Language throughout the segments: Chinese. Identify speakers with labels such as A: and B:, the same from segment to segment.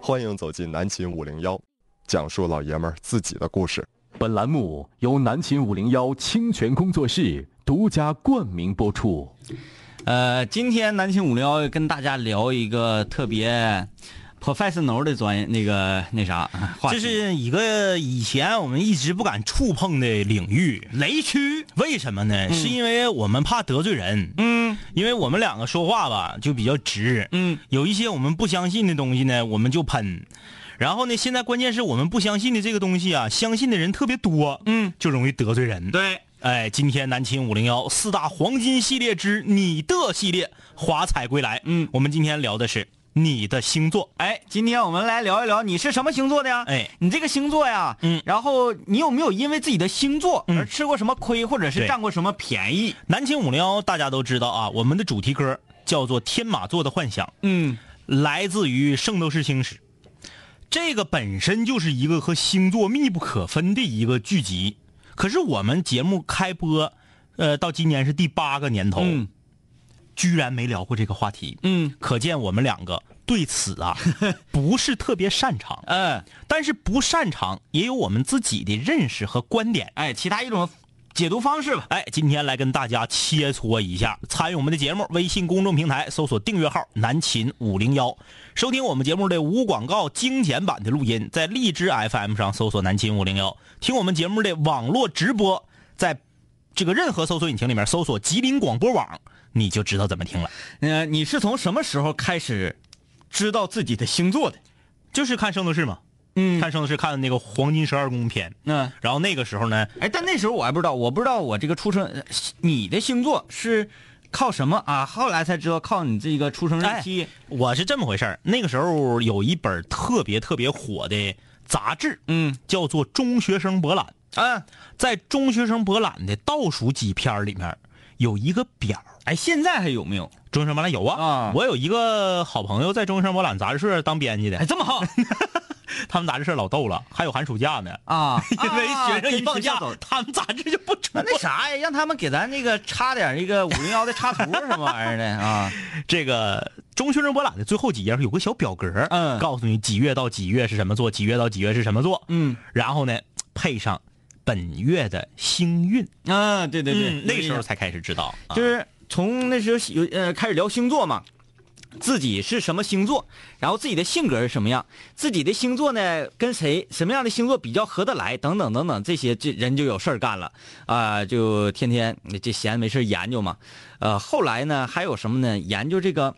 A: 欢迎走进南秦五零幺，讲述老爷们儿自己的故事。
B: 本栏目由南秦五零幺清泉工作室独家冠名播出。
C: 呃，今天南秦五零幺跟大家聊一个特别 professional 的专业，那个那啥话
D: 这
C: 题，
D: 是一个以前我们一直不敢触碰的领域，嗯雷区。为什么呢？是因为我们怕得罪人。嗯，因为我们两个说话吧就比较直。
C: 嗯，
D: 有一些我们不相信的东西呢，我们就喷。然后呢，现在关键是我们不相信的这个东西啊，相信的人特别多，嗯，就容易得罪人。
C: 对，
D: 哎，今天南秦五零幺四大黄金系列之你的系列华彩归来，
C: 嗯
D: 我们今天聊的是你的星座，
C: 哎，今天我们来聊一聊你是什么星座的呀？
D: 哎
C: 你这个星座呀，
D: 嗯
C: 然后你有没有因为自己的星座而吃过什么亏，或者是
D: 对
C: 占过什么便宜？
D: 南秦五零幺，大家都知道啊，我们的主题歌叫做《天马座的幻想》，
C: 嗯，
D: 来自于《圣斗士星矢》。这个本身就是一个和星座密不可分的一个剧集，可是我们节目开播，呃，到今年是第八个年头，
C: 嗯
D: 居然没聊过这个话题，
C: 嗯，
D: 可见我们两个对此 啊不是特别擅长，
C: 嗯，
D: 但是不擅长也有我们自己的认识和观点。
C: 哎，其他一种解读方式吧。
D: 哎，今天来跟大家切磋一下，参与我们的节目，微信公众平台搜索订阅号“南秦五零幺”，收听我们节目的无广告精简版的录音，在荔枝 FM 上搜索“南秦五零幺”，听我们节目的网络直播，在这个任何搜索引擎里面搜索“吉林广播网”，你就知道怎么听了。
C: 呃，你是从什么时候开始知道自己的星座的？
D: 就是看《圣斗士》嘛，
C: 嗯
D: 看《圣斗士》看那个《黄金十二宫》篇，
C: 嗯，
D: 然后那个时候呢，
C: 哎，但那时候我还不知道，我不知道我这个出生，呃你的星座是靠什么啊？后来才知道靠你这个出生
D: 哎
C: 日期。
D: 我是这么回事儿。那个时候有一本特别特别火的杂志，
C: 嗯
D: 叫做《中学生博览》。
C: 啊，
D: 在《中学生博览》的倒数几篇儿里面有一个表儿，
C: 哎，现在还有没有？
D: 《中学生博览》有啊
C: 啊。
D: 我有一个好朋友在《中学生博览》杂志社当编辑
C: 哎，
D: 的，
C: 这么好
D: 他们杂志社老逗了，还有寒暑假呢。
C: 啊！
D: 因为学生一
C: 放
D: 放
C: 假
D: 假
C: 走，，
D: 他们杂志就不出
C: 那。那啥呀，让他们给咱那个插点这个五零幺的插图什么玩意儿的啊？
D: 这个《中学生博览》的最后几页有个小表格儿，
C: 嗯
D: 告诉你几月到几月是什么座，几月到几月是什么座。
C: 嗯
D: 然后呢，配上本月的星运，
C: 啊，对对对，
D: 嗯那个
C: 有印
D: 时候
C: 象
D: 才开始知道，啊
C: 就是从那时候有呃开始聊星座嘛，自己是什么星座，然后自己的性格是什么样，自己的星座呢跟谁什么样的星座比较合得来，等等等等，这些这人就有事儿干了啊、就天天这闲没事儿研究嘛。呃，后来呢还有什么呢？研究这个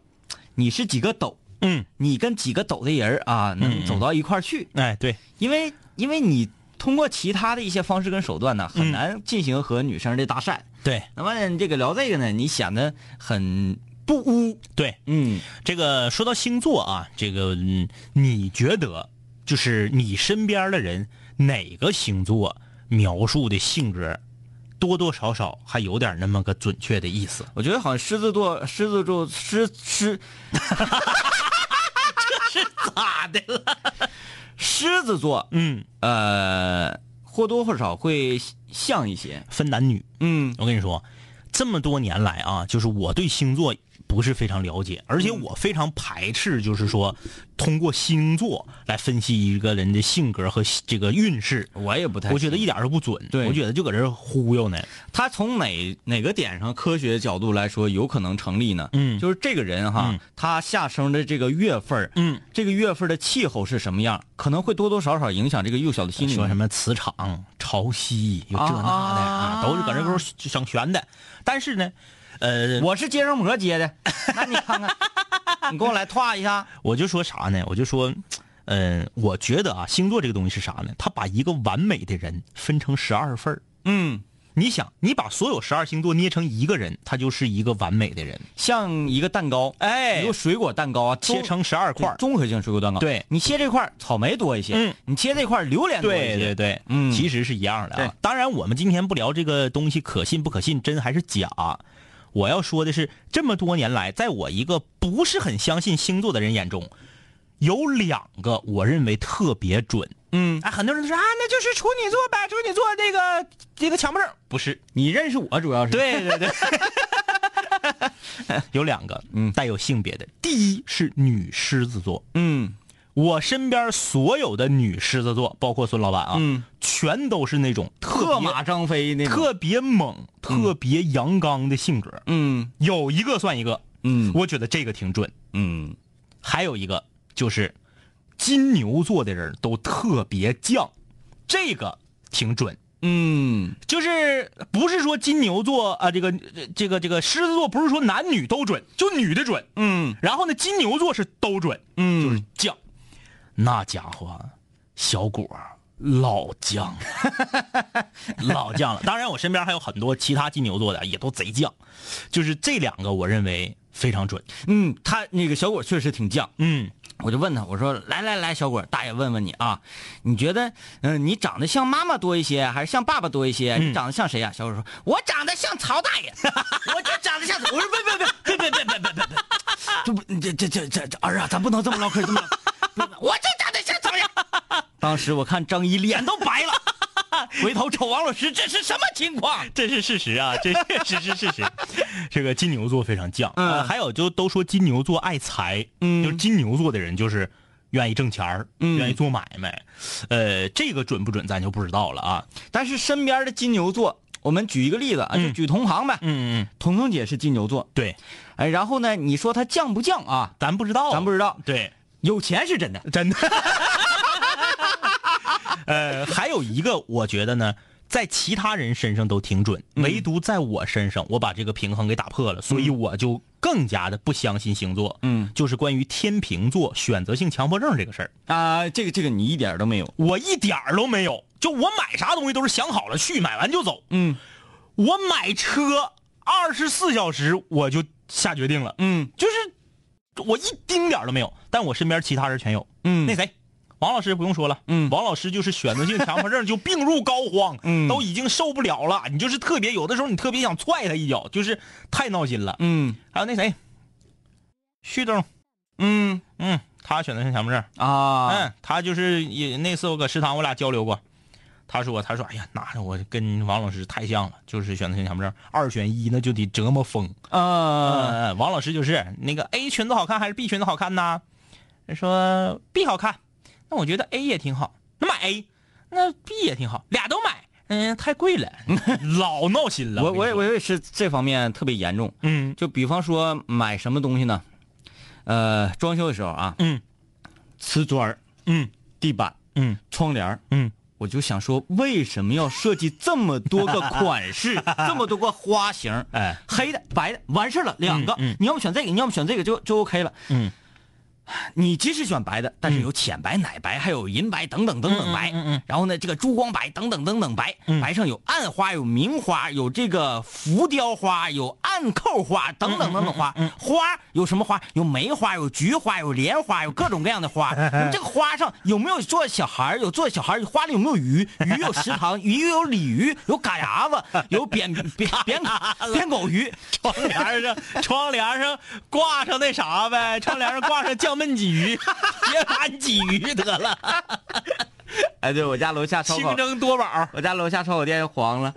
C: 你是几个斗，
D: 嗯，
C: 你跟几个斗的人儿啊能走到一块儿去，
D: 哎，对，
C: 因为因为你通过其他的一些方式跟手段呢，很
D: 嗯
C: 难进行和女生的搭讪。
D: 对
C: 那么你这个聊这个呢，你显得很不污。
D: 对，
C: 嗯
D: 这个说到星座啊，这个、嗯、你觉得就是你身边的人哪个星座描述的性格多多少少还有点那么个准确的意思？
C: 我觉得好像狮子座、狮子座、狮 狮
D: 咋的了？
C: 狮子座，
D: 嗯，
C: 呃，或多或少会像一些。
D: 分男女。
C: 嗯
D: 我跟你说，这么多年来啊，就是我对星座不是非常了解，而且我非常排斥，就是说通过星座来分析一个人的性格和这个运势。
C: 我也不太，
D: 我觉得一点都不准，
C: 对
D: 我觉得就搁这儿忽悠呢。
C: 他从哪哪个点上科学角度来说有可能成立呢？
D: 嗯
C: 就是这个人哈，
D: 嗯
C: 他下生的这个月份儿
D: 嗯，
C: 这个月份的气候是什么样，可能会多多少少影响这个幼小的心灵。
D: 说什么磁场、潮汐，有这那的啊
C: 啊，
D: 都是搁这给我整悬的。但是呢，呃，
C: 我是接生婆接的，那你看看，你给我来拓一下。
D: 我就说啥呢？我就说，嗯、我觉得啊，星座这个东西是啥呢？它把一个完美的人分成十二份儿。
C: 嗯，
D: 你想，你把所有十二星座捏成一个人，他就是一个完美的人，
C: 像一个蛋糕，
D: 哎
C: 一个水果蛋糕啊，
D: 切成十二块
C: 块
D: 儿。
C: 综合性水果蛋糕。
D: 对
C: 你切这块儿草莓多一些，
D: 嗯，
C: 你切这块儿榴莲多一些，
D: 对对对，
C: 嗯
D: 其实是一样的
C: 对
D: 啊。当然，我们今天不聊这个东西可信不可信，真还是假。我要说的是，这么多年来，在我一个不是很相信星座的人眼中，有两个我认为特别准。
C: 嗯，
D: 啊，很多人都说啊，那就是处女座呗，处女座那个这个强迫症不是？
C: 你认识我主要是，
D: 对对 对，有两个，嗯，带有性别的。第一是女狮子座，
C: 嗯
D: 我身边所有的女狮子座，包括孙老板啊，
C: 嗯
D: 全都是那种特
C: 特
D: 别
C: 马张飞那种，
D: 特别猛、特别阳刚的性格。
C: 嗯
D: 有一个算一个，
C: 嗯
D: 我觉得这个挺准。
C: 嗯，
D: 还有一个就是金牛座的人都特别犟，这个挺准。
C: 嗯，
D: 就是不是说金牛座啊、这个这这个这个狮子座不是说男女都准，就女的准。
C: 嗯，
D: 然后呢，金牛座是都准，
C: 嗯
D: 就是犟。那家伙啊，小果儿老犟 了，老犟了。当然，我身边还有很多其他金牛座的也都贼犟，就是这两个我认为非常准。
C: 嗯，他那个小果确实挺犟，
D: 嗯，
C: 我就问他，我说来来来，小果，大爷问问你啊，你觉得，嗯、你长得像妈妈多一些，还是像爸爸多一些？你长得像谁呀、小果说，我长得像曹大爷， 我就长得像曹。我说别别别别别别别别别，这不这这这这这儿啊，咱不能这么唠嗑，这么唠， 不是我就长得像曹爷。当时我看张一脸都白了，回头瞅王老师，这是什么情况？
D: 这是事实啊，这确实是事实。这个金牛座非常犟，呃还有就都说金牛座爱财，嗯，就是金牛座的人就是愿意挣钱儿，
C: 嗯
D: 愿意做买卖，呃，这个准不准咱就不知道了啊。
C: 但是身边的金牛座，我们举一个例子啊，就举同行呗。
D: 嗯嗯，
C: 彤彤姐是金牛座，
D: 对，
C: 哎，然后呢，你说她犟不犟啊？
D: 咱不知道，
C: 咱不知道，
D: 对，
C: 有钱是真的。
D: 真的。 呃，还有一个，我觉得呢，在其他人身上都挺准，
C: 嗯
D: 唯独在我身上，我把这个平衡给打破了，所以我就更加的不相信星座。
C: 嗯，
D: 就是关于天秤座选择性强迫症这个事儿，
C: 啊、这个这个你一点儿都没有。
D: 我一点儿都没有。就我买啥东西都是想好了去，买完就走。
C: 嗯
D: 我买车二十四小时我就下决定了，
C: 嗯
D: 就是我一丁点儿都没有。但我身边其他人全有。
C: 嗯
D: 那谁，王老师不用说了，
C: 嗯
D: 王老师就是选择性强迫症，就病入膏肓，
C: 嗯
D: 都已经受不了了。你就是特别有的时候，你特别想踹他一脚，就是太闹心了。
C: 嗯
D: 还有那谁，旭东，
C: 嗯
D: 嗯，他选择性强迫症，
C: 啊
D: 嗯，他就是也那次我搁食堂我俩交流过，他说他说哎呀，那我跟王老师太像了，就是选择性强迫症，二选一那就得折磨疯。
C: 啊
D: 呃，王老师就是那个 A 裙子好看还是 B 裙子好看呢？说 B 好看，那我觉得 A 也挺好，那买 A，那 B 也挺好，俩都买，嗯、太 贵了，老闹心了。
C: 我我也
D: 跟你
C: 我
D: 说
C: 也是这方面特别严重。
D: 嗯
C: 就比方说买什么东西呢？呃，装修的时候啊，
D: 嗯
C: 瓷砖儿、
D: 嗯
C: 地板、
D: 嗯
C: 窗帘儿
D: 嗯，
C: 我就想说，为什么要设计这么多 个款式，这么多个花型？
D: 哎，
C: 黑的、白的，完事儿了，两个。
D: 嗯嗯
C: 你要么选这个，你要么选这个，就就 OK 了。
D: 嗯，
C: 你即使选白的，但是有浅白、奶白，还有银白等等等等白。
D: 嗯嗯嗯嗯嗯
C: 然后呢，这个珠光白等等等等白，白上有暗花，有明花，有这个浮雕花，有暗扣花等等等等花。
D: 嗯
C: 花有什么花？有梅花，有菊花，有莲花，有各种各样的 花。那么这个花上有没有做小孩儿有做小孩儿花里有没有鱼？鱼有食堂，鱼有鲤鱼，有嘎牙子，有扁扁扁扁狗鱼。
D: 窗帘上窗帘上挂上那啥呗，窗帘上 挂上酱焖 鲫鱼，别把鲫鱼得了，
C: 哎，对我家楼 下烧
D: 清
C: 烤，
D: 蒸多宝。
C: 我家楼下烧烤店黄了。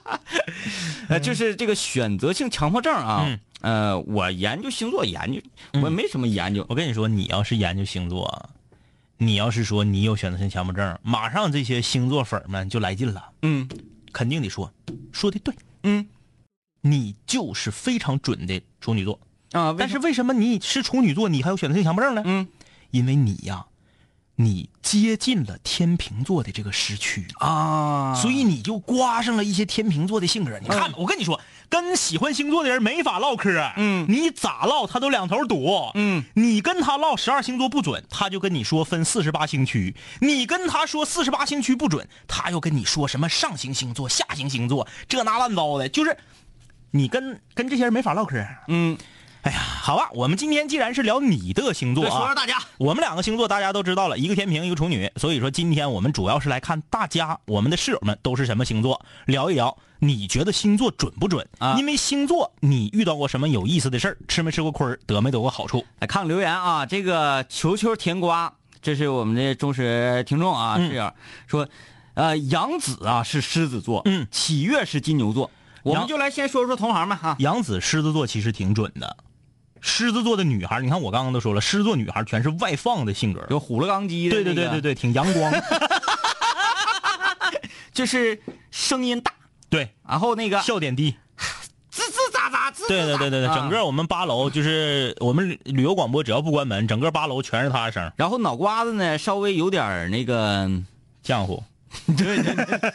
C: 呃，就是这个选择性强迫症啊，
D: 嗯
C: 呃，我研究星座研究，我没什么研究，
D: 我跟你说，你要是研究星座啊，你要是说你有选择性强迫症，马上这些星座粉儿们就来劲了。
C: 嗯
D: 肯定得说，说的对，
C: 嗯
D: 你就是非常准的处女座。
C: 啊，
D: 嗯但是为什么你是处女座，你还有选择性强迫症呢？
C: 嗯
D: 因为你呀、你接近了天秤座的这个时区，
C: 啊，
D: 所以你就刮上了一些天秤座的性格。你看吧，我跟你说，跟喜欢星座的人没法唠嗑。啊
C: 嗯
D: 你咋唠他都两头堵。
C: 嗯，
D: 你跟他唠十二星座不准，他就跟你说分四十八星区；你跟他说四十八星区不准，他又跟你说什么上行星座、下行星座，这那乱糟的，就是你跟跟这些人没法唠嗑。啊
C: 嗯，
D: 哎呀，好吧，我们今天既然是聊你的星座
C: 对
D: 啊，
C: 说说大家，
D: 我们两个星座大家都知道了，一个天平，一个处女，所以说今天我们主要是来看大家，我们的室友们都是什么星座，聊一聊你觉得星座准不准？
C: 啊
D: 因为星座你遇到过什么有意思的事儿，吃没吃过亏儿，得没得过好处？
C: 来看留言啊，这个球球甜瓜，这是我们的忠实听众
D: 嗯
C: 啊，室友说，呃，杨子啊是狮子座，
D: 嗯
C: 启月是金牛座，我们就来先说说同行们哈，
D: 杨子狮子座其实挺准的，狮子座的女孩，你看我刚刚都说了，狮子座女孩全是外放的性格。
C: 有虎了钢机的、
D: 对对对对，对，挺阳 光，
C: 就是声音大，
D: 对，
C: 然后那个吱
D: 笑点低。
C: 吱喳喳，吱吱
D: 对对对对
C: 啊
D: 对，整个我们八楼就是我们旅游广播，只要不关门，整个八楼全是他的声儿，
C: 然后脑瓜子呢稍微有点儿那个，
D: 浆糊，
C: 对对对，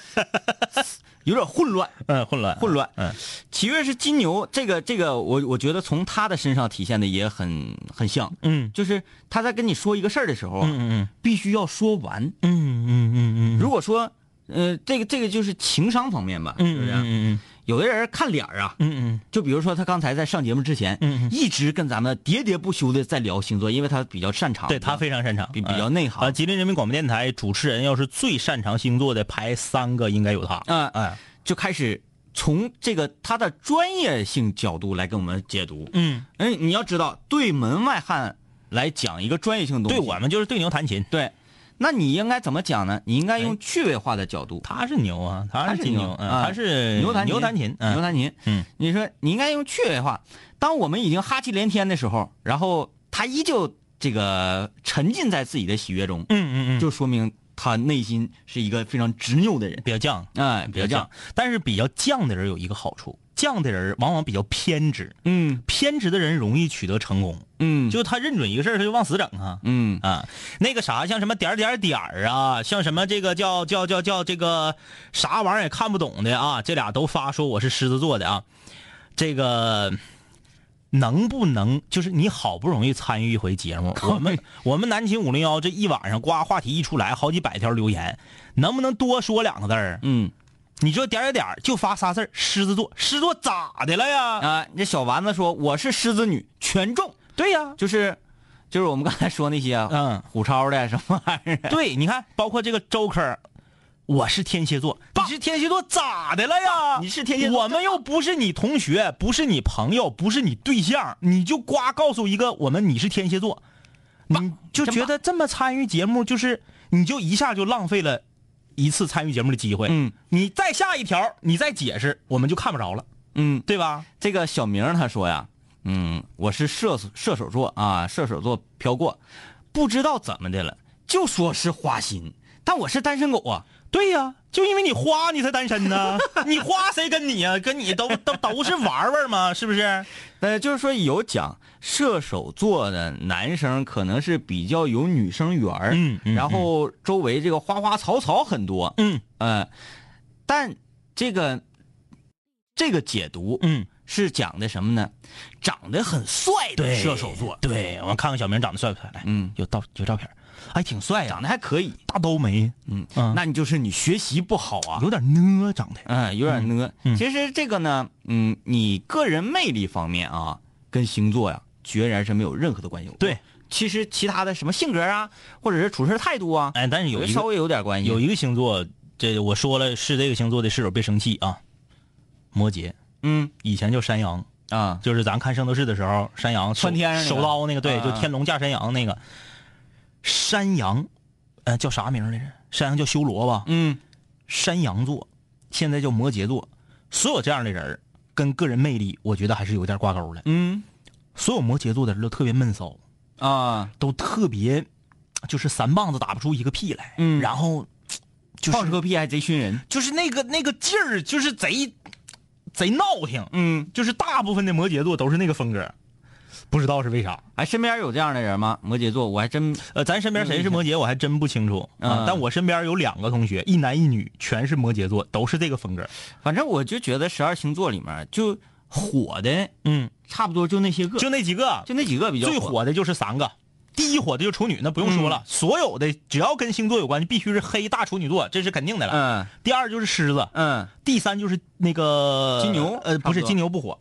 C: 有点混乱
D: 嗯，混乱，
C: 混乱。
D: 嗯，
C: 奇月是金牛，这个这个我我觉得从他的身上体现的也很很像，
D: 嗯
C: 就是他在跟你说一个事儿的时候啊，
D: 嗯
C: 必须要说完。
D: 嗯嗯嗯嗯嗯
C: 如果说呃这个这个就是情商方面吧，是不
D: 嗯
C: 是？
D: 嗯
C: 有的人看脸儿啊，
D: 嗯
C: 就比如说他刚才在上节目之前，
D: 嗯嗯
C: 一直跟咱们喋喋不休的在聊星座，因为他比较擅长，
D: 对他
C: 比较
D: 非常擅长，
C: 比比较内
D: 啊，
C: 行。
D: 吉林人民广播电台主持人要是最擅长星座的，排三个应该有他。
C: 啊、
D: 哎，
C: 就开始从这个他的专业性角度来跟我们解读。
D: 嗯，
C: 哎，你要知道，对门外汉来讲一个专业性的东
D: 对
C: 西，
D: 我们就是对牛弹琴，
C: 对，那你应该怎么讲呢？你应该用
D: 哎
C: 趣味化的角度，
D: 他是牛啊，
C: 他
D: 他
C: 是
D: 金
C: 牛
D: 牛，嗯，
C: 啊
D: 他是
C: 牛弹
D: 牛弹琴，
C: 牛
D: 嗯
C: 弹琴。
D: 嗯，
C: 你说你应该用趣味化。当我们已经哈气连天的时候，然后他依旧这个沉浸在自己的喜悦中，
D: 嗯嗯嗯，
C: 就说明他内心是一个非常执拗的人。
D: 比较犟，
C: 哎，
D: 比
C: 别
D: 较
C: 这样
D: 犟，，但是比较犟的人有一个好处，犟的人往往比较偏执，
C: 嗯
D: 偏执的人容易取得成功，
C: 嗯，
D: 就他认准一个事儿，他就往死整啊。
C: 嗯
D: 啊，那个啥，像什么点儿点儿点儿啊，像什么这个叫叫叫叫这个啥玩意儿也看不懂的啊，这俩都发说我是狮子座的啊，这个能不能就是你好不容易参与一回节目，我 们我们南秦五零幺这一晚上呱话题一出来，好几百条留言，能不能多说两个字儿？
C: 嗯
D: 你说点儿点儿点儿就发仨字儿，狮子座，狮子座咋的了呀？
C: 啊，这小丸子说我是狮子女，全中，
D: 对呀、
C: 就是就是我们刚才说那些啊
D: 嗯。
C: 虎超的什么玩意儿， 啊
D: 对，你看，包括这个周科，我是天蝎座，你是天蝎座咋的了呀？
C: 你是天蝎座
D: 我们又不是你同学，不是你朋友，不是你对象，你就呱告诉一个我们你是天蝎座，你就
C: 真
D: 觉
C: 棒
D: 得这么参与节目就是，你就一下就浪费了一次参与节目的机会。
C: 嗯，
D: 你再下一条，你再解释，我们就看不着了，
C: 嗯，
D: 对吧？
C: 这个小明他说呀，嗯，我是射手射手座啊，射手座飘过，不知道怎么的了，就说是花心，但我是单身狗啊，
D: 对呀、就因为你花你才单身 呢，你花谁跟你呀、啊跟你都都都是玩玩嘛，是不是？
C: 呃，就是说有讲射手座的男生可能是比较有女生缘儿
D: 嗯嗯
C: 然后周围这个花花草草很多，
D: 嗯
C: 呃，但这个这个解读
D: 嗯。
C: 是讲的什么呢？长得很帅的
D: 对，
C: 射手座，
D: 对，我看看小明长得帅不帅？来，
C: 嗯
D: 有照有照片，还挺帅呀、
C: 长得还可以，
D: 大刀眉，
C: 嗯，
D: 嗯
C: 那你就是你学习不好啊，
D: 有点呢，长得。
C: 嗯、有点呢。
D: 嗯
C: 其实这个呢，嗯，你个人魅力方面啊，跟星座呀、决然是没有任何的关系。
D: 对，
C: 其实其他的什么性格啊，或者是处事态度啊，
D: 哎，但是有一
C: 稍
D: 个
C: 微有点关系。
D: 有一个星座，这我说了是这个星座的室友别生气啊。摩羯
C: 嗯
D: 以前叫山羊，
C: 啊，
D: 就是咱看《圣斗士》的时候，山羊手
C: 窜天上那个
D: 手刀那个，对，
C: 啊
D: 就天龙架山羊那个。山羊，呃，叫啥名儿来着？山羊叫修罗吧？
C: 嗯
D: 山羊座，现在叫摩羯座。所有这样的人儿跟个人魅力，我觉得还是有点挂钩的。
C: 嗯
D: 所有摩羯座的人都特别闷骚，
C: 啊，
D: 都特别，就是三棒子打不出一个屁来，
C: 嗯
D: 然后就是
C: 放出个屁还贼熏人。
D: 就是那个那个劲儿，就是贼贼闹挺，
C: 嗯，
D: 就是大部分的摩羯座都是那个风格，不知道是为啥。
C: 哎，身边有这样的人吗？摩羯座，我还真
D: 呃，咱身边谁是摩羯，我还真不清楚
C: 嗯
D: 啊。但我身边有两个同学，一男一女，全是摩羯座，都是这个风格。
C: 反正我就觉得十二星座里面就火的
D: 嗯，
C: 差不多就那些个，
D: 就那几个，
C: 就那几个比较
D: 最火的嗯就是三个。第一火的就是处女，那不用说了，所有的只要跟星座有关，必须是黑大处女座，这是肯定的了。
C: 嗯
D: 第二就是狮子，
C: 嗯
D: 第三就是那个
C: 金牛
D: 呃，
C: 差不
D: 不
C: 多
D: 是金牛不火，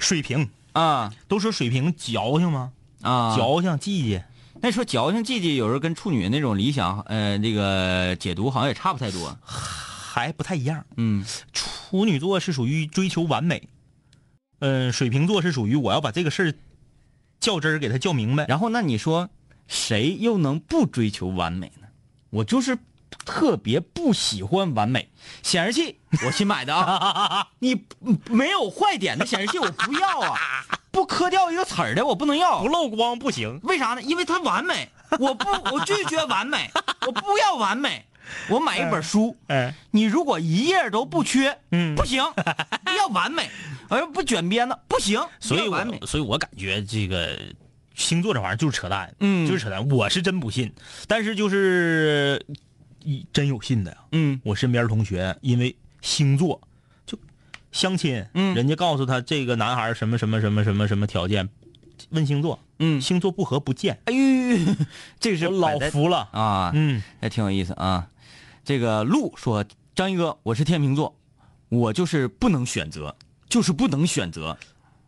D: 水瓶
C: 啊
D: 都说水瓶矫情吗？
C: 啊，
D: 矫情、季节，
C: 那时候矫情季节，有时候跟处女那种理想，呃，那个解读好像也差不太多。
D: 还不太一样。
C: 嗯
D: 处女座是属于追求完美，嗯、水瓶座是属于我要把这个事儿较真儿给他较明白。
C: 然后那你说，谁又能不追求完美呢？我就是特别不喜欢完美显示器，我新买的啊，你没有坏点的显示器我不要啊，不磕掉一个齿儿的，我不能要
D: 不。漏光不行。
C: 为啥呢？因为它完美，我不，我拒绝完美，我不要完美。我买一本书，
D: 哎，
C: 你如果一页都不缺，
D: 嗯
C: 不 行，要完美，而不卷边子不行，
D: 所以
C: 要完美
D: 我所以我感觉这个星座这玩意儿就是扯淡，
C: 嗯
D: 就是扯淡。我是真不信，但是就是一真有信的呀。
C: 嗯
D: 我身边同学因为星座就相亲，
C: 嗯
D: 人家告诉他这个男孩什么什么什么什么什么条件，问星座，
C: 嗯，
D: 星座不合不见，
C: 哎呦， 这个是
D: 我老
C: 摆在
D: 服了。
C: 啊，
D: 嗯，
C: 还挺有意思啊。这个路说，张一哥，我是天秤座，我就是不能选择，就是不能选择。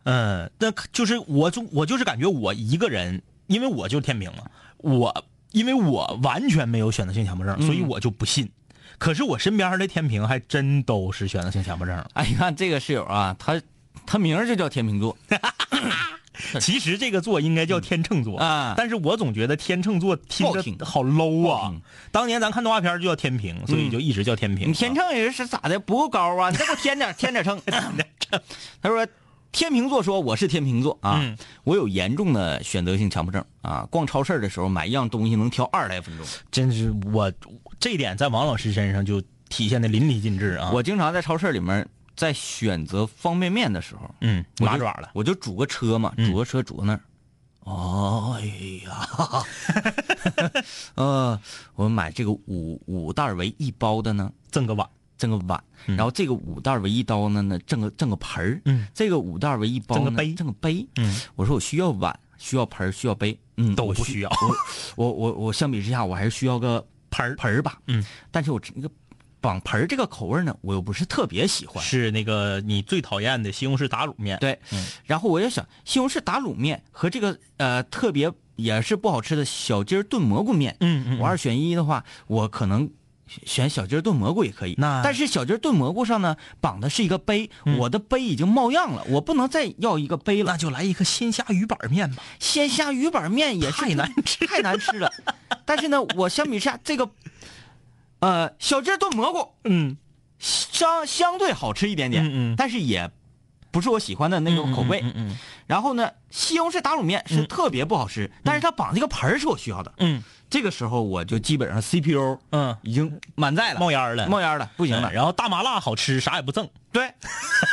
D: 嗯，那可就是我就我就是感觉我一个人，因为我就是天平嘛，我因为我完全没有选择性强迫症，
C: 嗯
D: 所以我就不信。可是我身边的天平还真都是选择性强 迫症。
C: 哎，你看这个室友啊，他他名儿就叫天秤座，
D: 其实这个座应该叫天秤座
C: 嗯啊
D: 但是我总觉得天秤座听
C: 不好听
D: 着好 low
C: 不好
D: 啊
C: 听。
D: 当年咱看动画片就叫天平，所以就一直叫天平啊。
C: 嗯你天秤也是咋的不够高啊？你再给我添点儿，添点儿 秤。他说。天秤座说：“我是天秤座啊，
D: 嗯
C: 我有严重的选择性强迫症啊。逛超市的时候买一样东西能挑二十来分钟，
D: 真是我这一点在王老师身上就体现的淋漓尽致啊。
C: 我经常在超市里面在选择方便面的时候，
D: 嗯
C: 我就
D: 麻爪了，
C: 我就煮个车嘛，
D: 嗯
C: 煮个车煮到那儿。哎 呀， 呃，我买这个五五袋儿为一包的呢，
D: 赠个碗。
C: 赠个碗，
D: 嗯
C: 然后这个五袋儿为一刀呢，呢赠个赠个盆儿，
D: 嗯，
C: 这个五袋儿为一包
D: 赠个
C: 呢
D: 杯
C: 赠个杯。
D: 嗯，
C: 我说我需要碗，需要盆儿，需要杯，嗯，
D: 都
C: 我
D: 不需要
C: 我我我我相比之下，我还是需要个盆儿盆儿吧。
D: 嗯，
C: 但是我这个绑盆儿这个口味儿呢，我又不是特别喜欢。
D: 是那个你最讨厌的西红柿打卤面。，
C: 对，
D: 嗯
C: 然后我就想，西红柿打卤面和这个呃特别也是不好吃的小鸡儿炖蘑菇面，
D: 嗯嗯嗯
C: 我二选一的话，我可能选小鸡儿炖蘑菇也可以。
D: 那嗯
C: 但是小鸡儿炖蘑菇上呢绑的是一个杯，我的杯已经冒样了，我不能再要一个杯了。
D: 那就来一个鲜虾鱼板面吧。
C: 鲜虾鱼板面也是
D: 太难
C: 吃，太难吃了。但是呢，我相比之下，这个呃小鸡儿炖蘑菇
D: 嗯，
C: 相相对好吃一点点，
D: 嗯嗯
C: 但是也不是我喜欢的那种口味。
D: 嗯嗯
C: 然后呢，西红柿打卤面是特别不好吃，但是它绑这个盆儿是我需要的。
D: 嗯
C: 这个时候我就基本上 CPU
D: 嗯
C: 已经满载了，
D: 冒烟儿了，嗯哎
C: 冒烟了，不行了。
D: 然后大麻辣好吃，啥也不赠。
C: 对，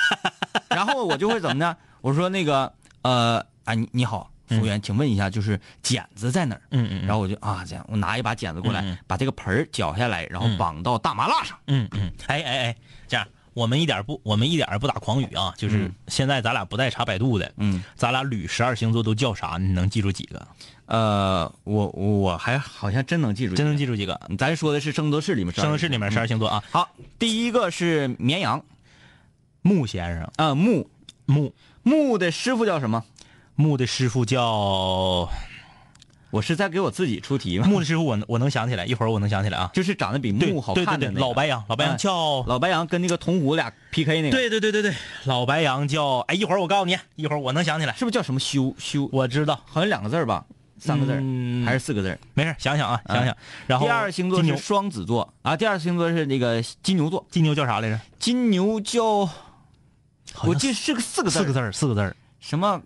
C: 然后我就会怎么呢？我说那个呃，啊你你好，服务员，请问一下，就是剪子在哪儿？
D: 嗯嗯嗯
C: 然后我就啊这样，我拿一把剪子过来，
D: 嗯嗯
C: 把这个盆儿绞下来，然后
D: 嗯
C: 绑到大麻辣上。
D: 嗯嗯，哎哎哎，这样我们一点不，我们一点儿不打诳语啊，就是现在咱俩不带查百度的，
C: 嗯，
D: 咱俩捋十二星座都叫啥，你能记住几个？
C: 呃，我我还好像真能记住，
D: 真能记住几个？
C: 咱说的是圣斗士里面，
D: 生活室里面十二星座啊，
C: 好，第一个是绵羊
D: 木先生，
C: 啊、木
D: 木
C: 木的师傅叫什么？
D: 木的师傅叫
C: 我是在给我自己出题 吗？
D: 木的师傅我，我能想起来，一会儿我能想起来啊。
C: 就是长得比
D: 对
C: 木好
D: 对
C: 看的
D: 对
C: 那个
D: 对，老白羊，老白羊
C: 哎
D: 叫
C: 老白羊跟那个铜虎俩 PK 那个，，
D: 对对对对对，老白羊叫哎，一会儿我告诉你，一会儿我能想起来，
C: 是不是叫什么修修？
D: 我知道，
C: 好像两个字儿吧，三个字儿、
D: 嗯
C: 还是四个字儿？
D: 没事，想想啊，想想。然后
C: 第二星座
D: 金
C: 是
D: 牛，
C: 双子座啊，第二星座是那个金牛座，
D: 金牛叫啥来着？
C: 金牛叫
D: 好像
C: 我记得是个四个字儿，
D: 四个字儿，四个字儿。
C: 什么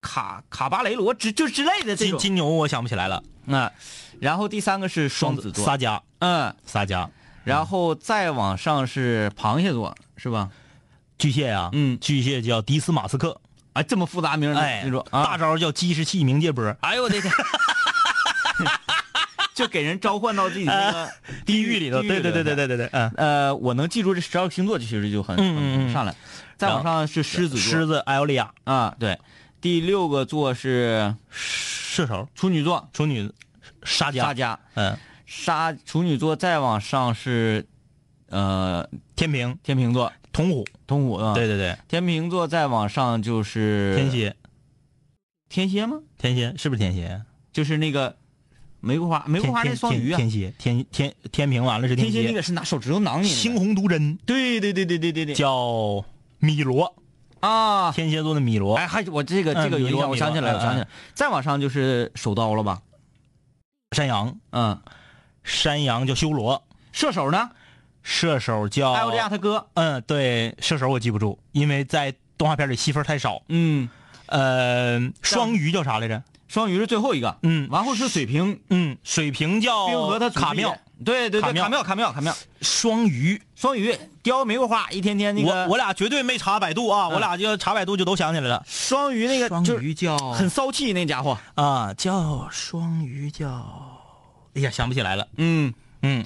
C: 卡卡巴雷罗之就之类的这
D: 金
C: 种
D: 金牛我想不起来了，
C: 啊。然后第三个是双子座，
D: 撒娇
C: 嗯，
D: 撒娇，
C: 然后再往上是螃蟹座，是吧？
D: 巨蟹啊，
C: 嗯
D: 巨蟹叫迪斯马斯克，
C: 啊，这么复杂名儿呢，
D: 哎
C: 你说，啊，
D: 大招叫基石器冥界波，
C: 哎呦我的天！ 就给人召唤到自己那个
D: 地狱里头，对对对对。
C: 地狱里
D: 对对对，嗯，
C: 呃，我能记住这十二个星座，其实就很
D: 嗯嗯
C: 很
D: 嗯
C: 上来。再往上是狮子座，
D: 狮子艾欧利亚，
C: 啊，对。第六个座是
D: 射手，
C: 处女座，
D: 处女，沙
C: 沙
D: 加，
C: 加，
D: 嗯，
C: 沙处女座。再往上是呃
D: 天平，
C: 天秤座，
D: 铜虎，
C: 通虎啊。
D: 对，对对，
C: 天秤座再往上就是
D: 天，蝎，
C: 天蝎吗？
D: 天蝎是不是天蝎？
C: 就是那个玫瑰花，玫瑰
D: 天
C: 花那
D: 天
C: 双鱼啊。
D: 天天蝎，天天天平完了是
C: 天蝎
D: 蝎，
C: 那个是拿手指头囊你那个。
D: 猩红毒针
C: 对对对对对对对。
D: 叫米罗，
C: 啊，
D: 天蝎座的米罗，
C: 哎，还我这个
D: 嗯
C: 这个有印
D: 米洛
C: 象，我
D: 米
C: 想
D: 洛
C: 起来了，我
D: 嗯
C: 想起来了。再往上就是手刀了吧？
D: 山羊，
C: 嗯，
D: 山羊叫修罗，
C: 射手呢？
D: 射手叫
C: 哎艾欧利亚他哥。
D: 嗯，对，射手我记不住，因为在动画片里戏份太少。
C: 嗯，
D: 呃，双鱼叫啥来着？
C: 双鱼是最后一个，
D: 嗯
C: 完后是水瓶，
D: 嗯，水瓶
C: 冰河
D: 叫
C: 他
D: 卡妙，，
C: 对对
D: 卡
C: 对，
D: 妙
C: 卡妙卡妙卡妙，
D: 双鱼。
C: 双鱼雕玫瑰花，一天天那
D: 我
C: 个
D: 我俩绝对没查百度啊，我俩就查百度就都想起来了。
C: 双鱼那个
D: 双
C: 就是
D: 鱼叫
C: 很骚气那家伙，
D: 啊，叫双鱼叫，哎呀，想不起来了。
C: 嗯
D: 嗯，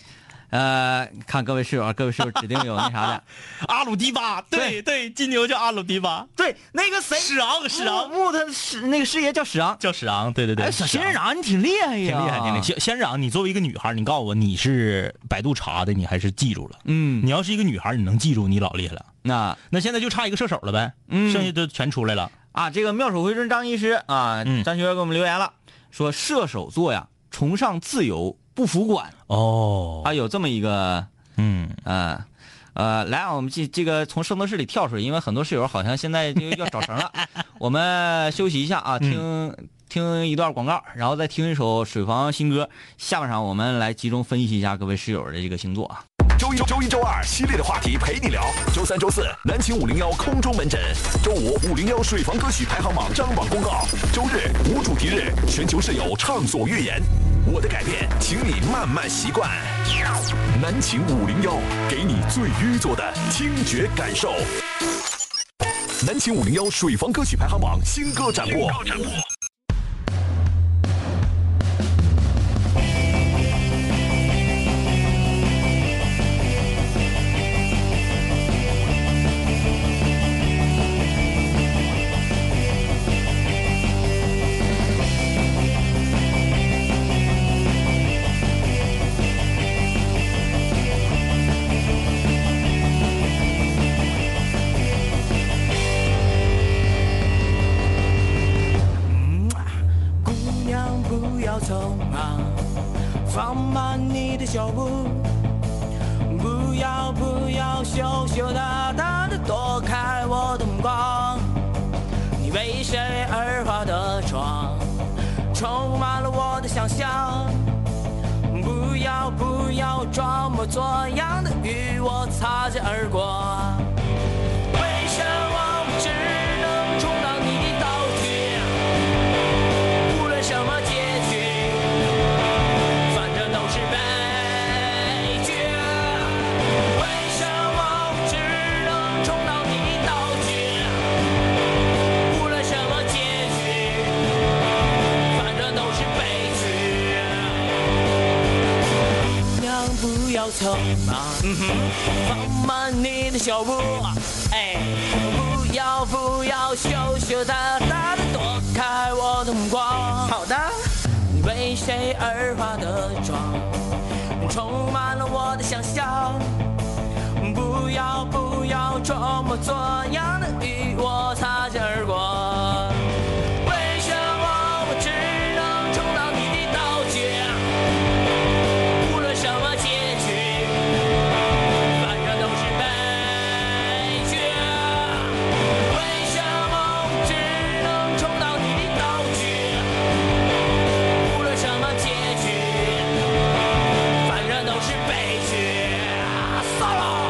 C: 呃，看各位室友啊，各位室友指定有那啥 的，
D: 阿鲁迪巴，对对，金牛叫阿鲁迪巴，
C: 对那个谁
D: 史昂史昂
C: 木木他是那个师爷叫史昂，
D: 叫史昂，哦对对对，
C: 哎，小
D: 史
C: 仙
D: 昂
C: 人掌你挺厉害呀，
D: 挺厉害，挺厉害。仙仙人掌，你作为一个女孩，你告诉我你是百度查的，你还是记住了？
C: 嗯，
D: 你要是一个女孩，你能记住，你老厉害了。
C: 那
D: 那现在就差一个射手了呗，
C: 嗯
D: 剩下都全出来了。
C: 啊，这个妙手回春张医师啊，
D: 嗯
C: 张学友给我们留言了，说射手座呀，崇尚自由，不服管
D: 哦，
C: 啊，有这么一个
D: 嗯，
C: 呃呃，来啊，我们这这个从圣斗士里跳出来，因为很多室友好像现在就要找 绳了，我们休息一下啊，听、
D: 嗯
C: 听一段广告，然后再听一首水房新歌。下半场我们来集中分析一下各位室友的这个星座啊。
E: 周一周周一周二系列的话题陪你聊，周三周四南秦五零幺空中门诊，周五五零幺水房歌曲排行榜张榜公告，周日无主题日，全球室友畅所欲言。我的改变，请你慢慢习惯。南秦五零幺给你最淤作的听觉感受。南秦五零幺水房歌曲排行榜新歌展播。
F: 姑娘不要匆忙，放慢你的脚步，不要不要羞羞答答的躲开我的目光。你为谁而化的妆，充满了我的想象。不要不要装模作样的与我擦肩而过。为什么我只能充当你的道具？无论什么结局，反正都是悲剧。为什么我只能充当你的道具？无论什么结局，反正都是悲剧。姑娘，不要匆忙，放慢你的脚步，哎，不要不要羞羞答答的躲开我的目光。好的，你为谁而化的妆，充满了我的想象。不要不要装模作样的与我擦肩而过。为什么我只能充当你的道具？无论什么结局。反正都是悲剧。为什么我只能充当你的道具？无论什么结局，反正都是悲剧。算了。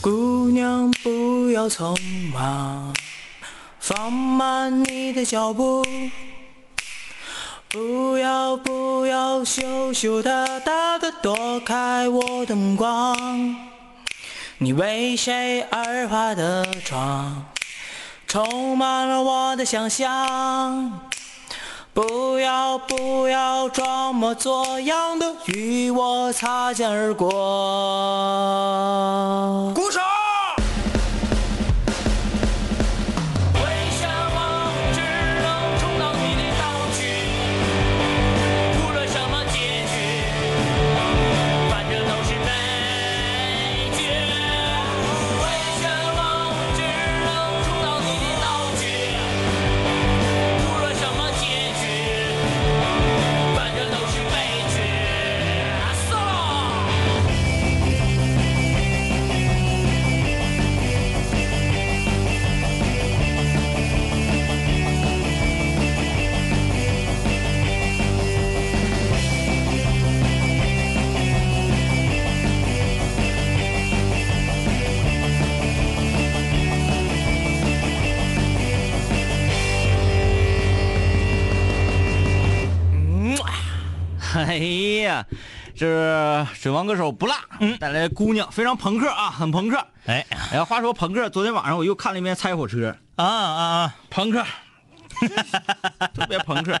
F: 姑娘，不要匆忙，放慢你的脚步，不要不要羞羞答答的躲开我的目光。你为谁而化的妆，充满了我的想象。不要不要装模作样的与我擦肩而过。鼓手。为什么我只能充当你的道具？无论什么结局，反正都是悲剧。为什么我只能充当你的道具？ 啊
C: 哎呀，这水王歌手不辣，嗯，带来姑娘非常朋克啊，很朋克。
D: 哎
C: 哎呀，话说朋克，昨天晚上我又看了一遍《拆火车》，
D: 啊啊啊！
C: 朋克， 特别朋克。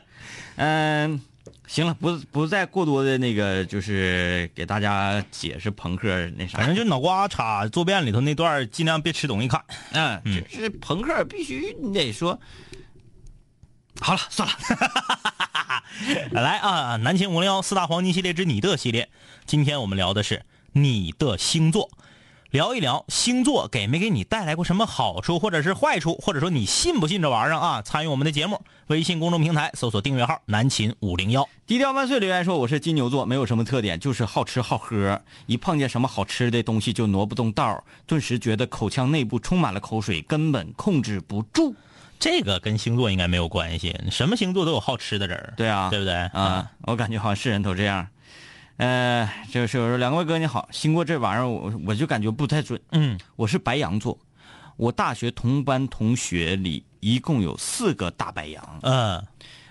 C: 嗯，行了，不不再过多的那个，就是给大家解释朋克那啥。
D: 反正就脑瓜插坐便里头那段儿，尽量别吃东西看。
C: 嗯，就是朋克必须你得说。好了，算了，
D: 来啊，南秦五零幺四大黄金系列之你的系列，今天我们聊的是你的星座，聊一聊星座给没给你带来过什么好处，或者是坏处，或者说你信不信这玩意儿啊？参与我们的节目，微信公众平台搜索订阅号“南秦五零幺
C: 低调万岁留言说我是金牛座，没有什么特点，就是好吃好喝，一碰见什么好吃的东西就挪不动道儿，顿时觉得口腔内部充满了口水，根本控制不住。”。
D: 这个跟星座应该没有关系，什么星座都有好吃的人儿，
C: 对啊，
D: 对不对？
C: 啊，我感觉好像是人都这样。呃，这是我说两位哥你好，星座这玩意儿我我就感觉不太准。
D: 嗯，
C: 我是白羊座，我大学同班同学里一共有四个大白羊，
D: 嗯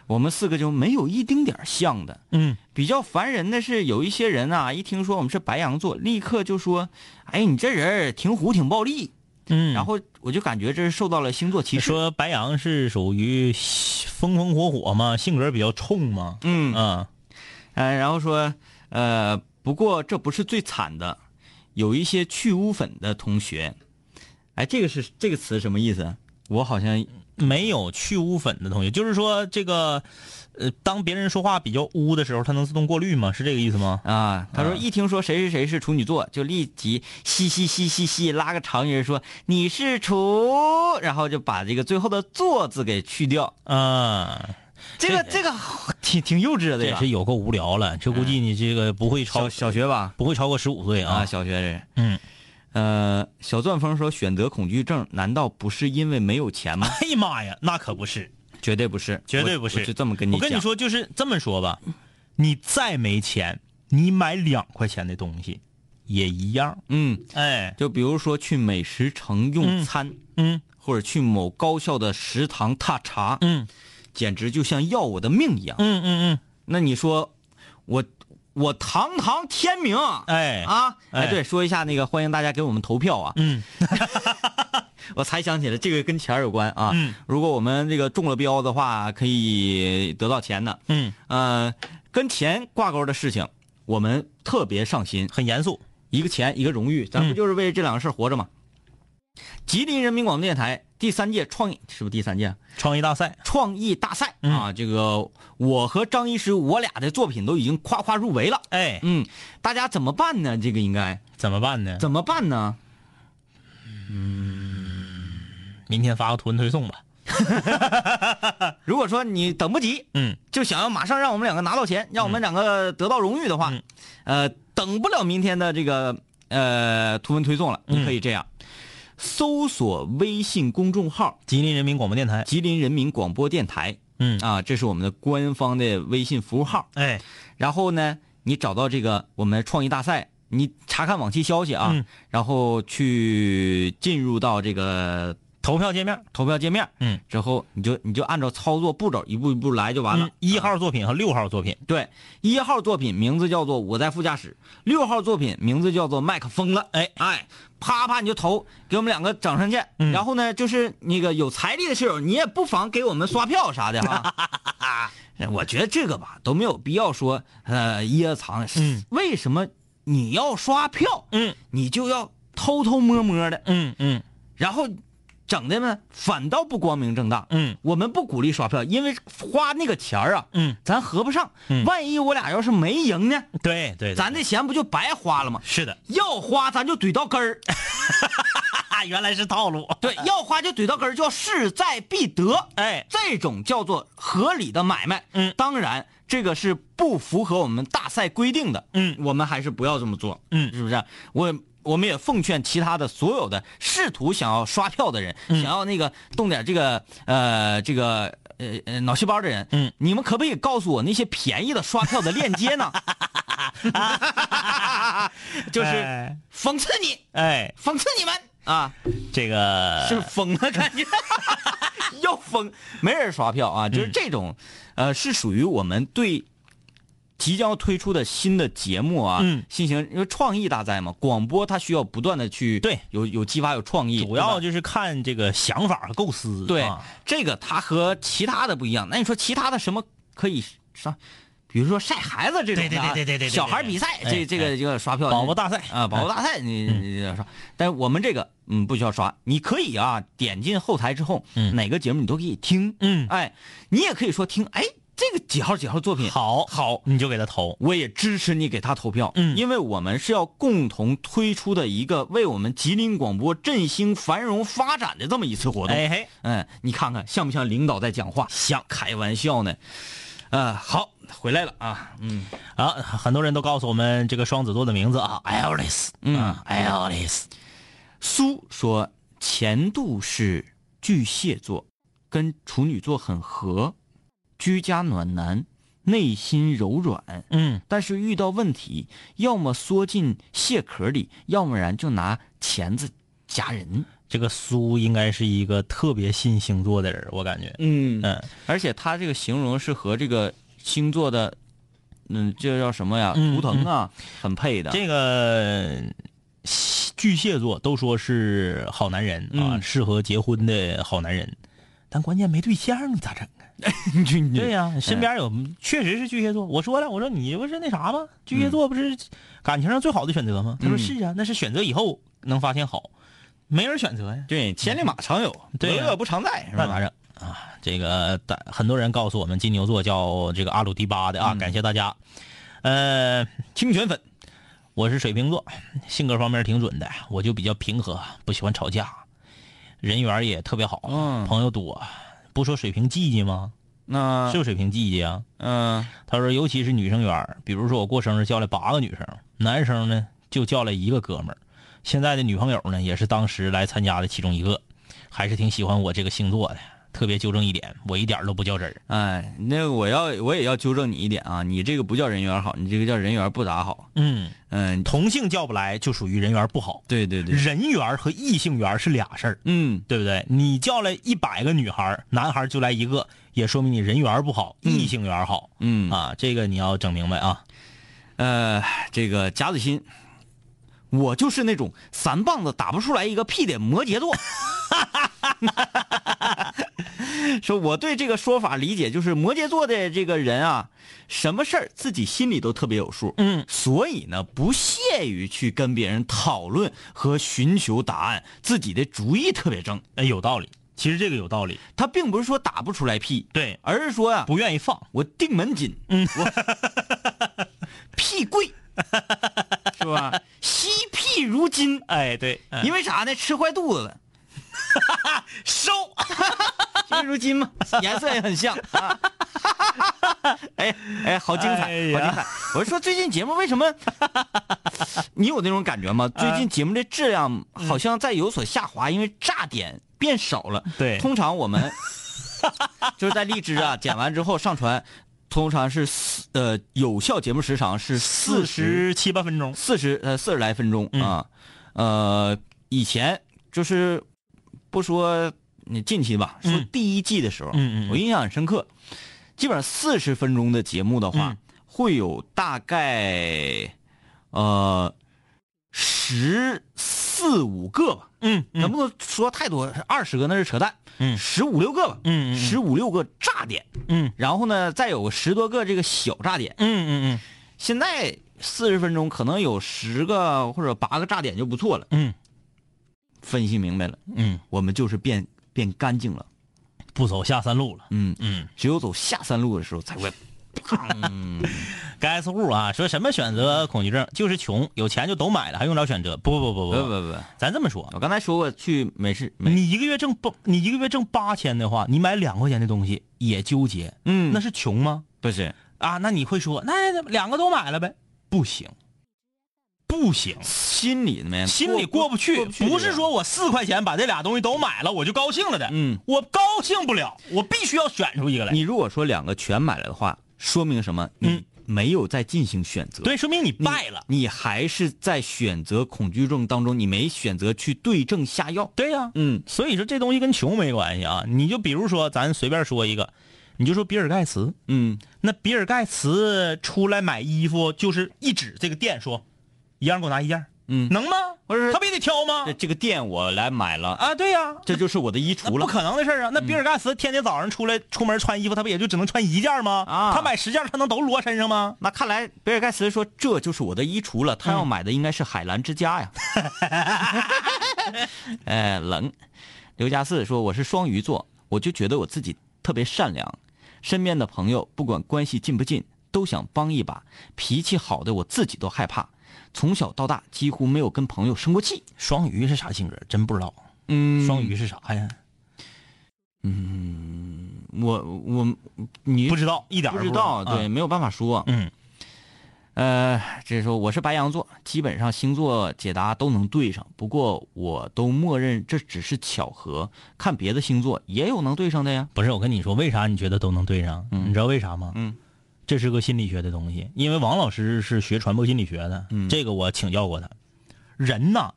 C: 我们四个就没有一丁点儿像的。
D: 嗯，
C: 比较烦人的是，有一些人啊，一听说我们是白羊座，立刻就说：“哎，你这人儿挺虎挺暴力。”
D: 嗯
C: 然后我就感觉这是受到了星座歧
D: 你
C: 视。
D: 说白羊是属于风风火火嘛，性格比较冲嘛，
C: 嗯
D: 嗯
C: 呃，然后说，呃，不过这不是最惨的，有一些去污粉的同学，哎，这个是这个词什么意思？我好像
D: 没有去污粉的同学，就是说这个，呃，当别人说话比较污的时候，它能自动过滤吗？是这个意思吗？
C: 啊，他说一听说谁谁谁是处女座，就立即嘻嘻嘻嘻嘻拉个长音说你是处，然后就把这个最后的“座”字给去掉。
D: 啊，
C: 这个这个挺挺幼稚的，
D: 这
C: 这
D: 也
C: 个
D: 是有够无聊了。这估计你这个不会超
C: 小小学吧？
D: 不会超过十五岁
C: 啊，
D: 啊。
C: 小学人。
D: 嗯，
C: 呃，小钻风说选择恐惧症难道不是因为没有钱吗？
D: 哎呀妈呀，那可不是，
C: 绝对不是，
D: 绝对
C: 我
D: 不是。
C: 我就这么跟你
D: 我跟你
C: 讲，
D: 说，就是这么说吧，你再没钱，你买两块钱的东西也一样。
C: 嗯，
D: 哎，
C: 就比如说去美食城用餐，
D: 嗯
C: 或者去某高校的食堂踏查，
D: 嗯
C: 简直就像要我的命一样。
D: 嗯嗯
C: 那你说，我我堂堂天明，
D: 嗯，哎，
C: 啊，
D: 哎
C: 哎，对，说一下那个，欢迎大家给我们投票啊。
D: 嗯，
C: 我才想起来，这个跟钱儿有关啊。
D: 嗯，
C: 如果我们这个中了标的话，可以得到钱的。
D: 嗯，
C: 呃，跟钱挂钩的事情，我们特别上心。
D: 很严肃。
C: 一个钱，一个荣誉，咱不就是为这两个事儿活着吗？吉林人民广播电台第三届创意是不是第三届啊
D: 创意大赛，
C: 创意大赛、啊？这个我和张医师，我俩的作品都已经夸夸入围了。
D: 哎，
C: 嗯，大家怎么办呢？这个应该
D: 怎么办呢？
C: 怎么办呢？
D: 明天发个图文推送吧。
C: 如果说你等不及，
D: 嗯，
C: 就想要马上让我们两个拿到钱，让我们两个得到荣誉的话，
D: 嗯
C: 呃，等不了明天的这个呃图文推送了，你可以这样，搜索微信公众号
D: 吉林人民广播电台。
C: 吉林人民广播电台，
D: 嗯
C: 啊，这是我们的官方的微信服务号。
D: 哎，
C: 然后呢，你找到这个我们创意大赛，你查看往期消息啊，
D: 嗯
C: 然后去进入到这个
D: 投票界面，
C: 投票界面，
D: 嗯，
C: 之后你就你就按照操作步骤一步一步来就完了。
D: 一号作品和六号作品。
C: 对，一号作品名字叫做《我在副驾驶》，六号作品名字叫做《麦克风了》。哎哎，啪啪你就投，给我们两个掌声去。
D: 嗯
C: 然后呢，就是那个有财力的室友，你也不妨给我们刷票啥的 哈。哎我觉得这个吧都没有必要说呃掖藏。
D: 嗯，
C: 为什么你要刷票？
D: 嗯，
C: 你就要偷偷摸摸的，
D: 嗯嗯
C: 然后整的呢反倒不光明正大。
D: 嗯
C: 我们不鼓励刷票，因为花那个钱儿啊，
D: 嗯，
C: 咱合不上。
D: 嗯
C: 万一我俩要是没赢呢，
D: 对对对，
C: 咱这钱不就白花了吗？
D: 是的，
C: 要花咱就怼到根儿，
D: 哎啊，原来是套路。
C: 对，要花就怼到根儿，叫势在必得。
D: 哎，
C: 这种叫做合理的买卖。
D: 嗯
C: 当然这个是不符合我们大赛规定的。
D: 嗯
C: 我们还是不要这么做。
D: 嗯
C: 是不是？我我们也奉劝其他的所有的试图想要刷票的人，
D: 嗯
C: 想要那个动点这个呃这个呃呃脑细胞的人，
D: 嗯，
C: 你们可不可以告诉我那些便宜的刷票的链接 呢？就是
D: 哎
C: 讽刺你，
D: 哎，
C: 讽刺你们啊！
D: 这个
C: 是疯了，感 觉嗯要疯，没人刷票啊，就是这种，呃，是属于我们对即将推出的新的节目啊，
D: 嗯
C: 进行因为创意大赛嘛，广播它需要不断的去
D: 对
C: 有有激发有创意，
D: 主要
C: 对吧
D: 就是看这个想法和构思。
C: 对
D: 啊
C: 这个它和其他的不一样。那你说其他的什么可以上？比如说晒孩子这种的啊，
D: 对对对对对对对
C: 小孩比赛，
D: 哎
C: 这这个这个刷票，
D: 宝宝大赛嗯
C: 啊，宝宝大赛你你要刷，但是我们这个嗯不需要刷，你可以啊点进后台之后，
D: 嗯
C: 哪个节目你都可以听，
D: 嗯
C: 哎，你也可以说听，哎，这个几号几号作品
D: 好，
C: 好，
D: 你就给他投。
C: 我也支持你给他投票，
D: 嗯
C: 因为我们是要共同推出的一个为我们吉林广播振兴繁荣发展的这么一次活动。
D: 哎嘿，
C: 嗯，你看看像不像领导在讲话？像，开玩笑呢。呃，好，回来了啊，嗯，
D: 啊，很多人都告诉我们这个双子座的名字啊，Iris，
C: 嗯
D: 啊，Iris，
C: 苏说前度是巨蟹座，跟处女座很合，居家暖男，内心柔软，
D: 嗯，
C: 但是遇到问题，要么缩进蟹壳里，要不然就拿钳子夹人。
D: 这个苏应该是一个特别信星座的人，我感觉，
C: 嗯，
D: 嗯
C: 而且他这个形容是和这个星座的，嗯，这叫什么呀？
D: 嗯
C: 图腾啊，很配的。
D: 这个西巨蟹座都说是好男人啊，
C: 嗯
D: 适合结婚的好男人，但关键没对象，你咋整啊？
C: 你
D: 对呀、身边有、确实是巨蟹座，我说了，我说你不是那啥吗？巨蟹座不是感情上最好的选择吗？他
C: 嗯
D: 说是啊，那是选择以后能发现好，没人选择呀，
C: 对，千里马常有，
D: 嗯对呀
C: 伯乐不常在，是
D: 那
C: 吧？
D: 咋整？啊，这个大很多人告诉我们，金牛座叫这个阿鲁迪巴的啊，感谢大家。呃，
C: 清泉粉，
D: 我是水瓶座，性格方面挺准的，我就比较平和，不喜欢吵架，人缘也特别好，
C: 嗯
D: 朋友多。不说水瓶记记吗？
C: 那
D: 是不是水瓶记记啊？
C: 嗯
D: 他说，尤其是女生缘儿，比如说我过生日叫来八个女生，男生呢就叫来一个哥们儿。现在的女朋友呢，也是当时来参加的其中一个，还是挺喜欢我这个星座的。特别纠正一点，我一点儿都不较真儿。
C: 哎，那个我要我也要纠正你一点啊，你这个不叫人缘好，你这个叫人缘不咋好。
D: 嗯，
C: 嗯，
D: 同性叫不来就属于人缘不好，
C: 对对对，
D: 人缘和异性缘是俩事儿，
C: 嗯，
D: 对不对？你叫来一百个女孩儿，男孩儿就来一个，也说明你人缘不好，异性缘好。
C: 嗯
D: 啊，这个你要整明白啊。
C: 呃，这个贾子欣，我就是那种三棒子打不出来一个屁的摩羯座。 说我对这个说法理解就是摩羯座的这个人啊，什么事儿自己心里都特别有数，
D: 嗯，
C: 所以呢不屑于去跟别人讨论和寻求答案，自己的主意特别正。
D: 哎，有道理。其实这个有道理，
C: 他并不是说打不出来屁，
D: 对，
C: 而是说呀、啊
D: 不愿意放。
C: 我定门紧，嗯，我屁 贵，是吧？惜屁如金，
D: 哎，对，
C: 因为啥呢？吃坏肚 子了，
D: 收。
C: 惜屁如金嘛，颜色也很 像啊。 哎哎，好精彩，
D: 哎
C: 好
D: 呀
C: 精彩！我是说最近节目为 什么你有那种感觉吗？最
D: 嗯
C: 近节目的质量好像在有所下滑，因为炸点变少了。
D: 对
C: 通常我 们就是在荔枝啊剪完之后上传，通常是四呃有效节目时长是四十
D: 四十七嗯八分钟，
C: 四十呃四十来分钟啊，呃以前就是不说你近期吧，说
D: 嗯
C: 第一季的时候，
D: 嗯嗯嗯
C: 我印象很深刻，基本上四十分钟的节目的话，
D: 嗯
C: 会有大概呃十四五个吧，
D: 嗯
C: 能不能说太多？二十个那是扯淡，
D: 嗯
C: 十五六个吧，
D: 嗯嗯嗯
C: 十五六个炸点，
D: 嗯
C: 然后呢，再有十多个这个小炸点。
D: 嗯嗯
C: 现在四十分钟可能有十个或者八个炸点就不错了。
D: 嗯
C: 分析明白了，
D: 嗯
C: 我们就是变变干净了。
D: 嗯，不走下三路了。
C: 嗯，
D: 嗯，
C: 只有走下三路的时候才会，
D: 该 S 户啊，说什么选择恐惧症，就是穷，有钱就都买了，还用着选择？不不
C: 不
D: 不呃不
C: 不不，
D: 咱这么说，
C: 我刚才说过去美式美，
D: 你一个月挣八，你一个月挣八千的话，你买两块钱的东西也纠结，
C: 嗯
D: 那是穷吗？
C: 不是
D: 啊，那你会说，那两个都买了呗？不行，不行，
C: 心里面
D: 心里过不去，
C: 过不去这个
D: 不是说我四块钱把这俩东西都买了我就高兴了的，
C: 嗯，
D: 我高兴不了，我必须要选出一个来
C: 你。如果说两个全买了的话，说明什么？你没有在进行选择。
D: 嗯对，说明
C: 你
D: 你败了。
C: 你还是在选择恐惧症当中，你没选择去对症下药。
D: 对呀、
C: 嗯
D: 所以说这东西跟穷没关系啊。你就比如说，咱随便说一个，你就说比尔盖茨，
C: 嗯，
D: 那比尔盖茨出来买衣服，就是一指这个店说，一样给我拿一件儿，
C: 嗯
D: 能吗？
C: 或者是
D: 他不也得挑吗
C: 这？这个店我来买了，
D: 啊，对呀、
C: 这就是我的衣
D: 那
C: 橱
D: 不
C: 了。
D: 可能的事儿啊！那比尔盖茨天天早上出来出门穿衣服，他不也就只能穿一件吗？
C: 啊
D: 他买十件儿，他能都摞身上吗？
C: 那看来比尔盖茨说这就是我的衣橱了，他要买的应该是海澜之家呀。 呃，冷。刘家四说我是双鱼座，我就觉得我自己特别善良，身边的朋友不管关系近不近，都想帮一把。脾气好的我自己都害怕，从小到大几乎没有跟朋友生过气。
D: 双鱼是啥性格？真不知道。
C: 嗯
D: 双鱼是啥哎呀？
C: 我我你
D: 不知道，一点儿
C: 不
D: 都
C: 知道，对，
D: 嗯
C: 没有办法说。
D: 嗯，
C: 呃，这时候我是白羊座，基本上星座解答都能对上，不过我都默认这只是巧合，看别的星座也有能对上的呀。
D: 不是，我跟你说，为啥你觉得都能对上？你知道为啥吗？
C: 嗯，
D: 这是个心理学的东西，因为王老师是学传播心理学的，
C: 嗯
D: 这个我请教过他。人呐，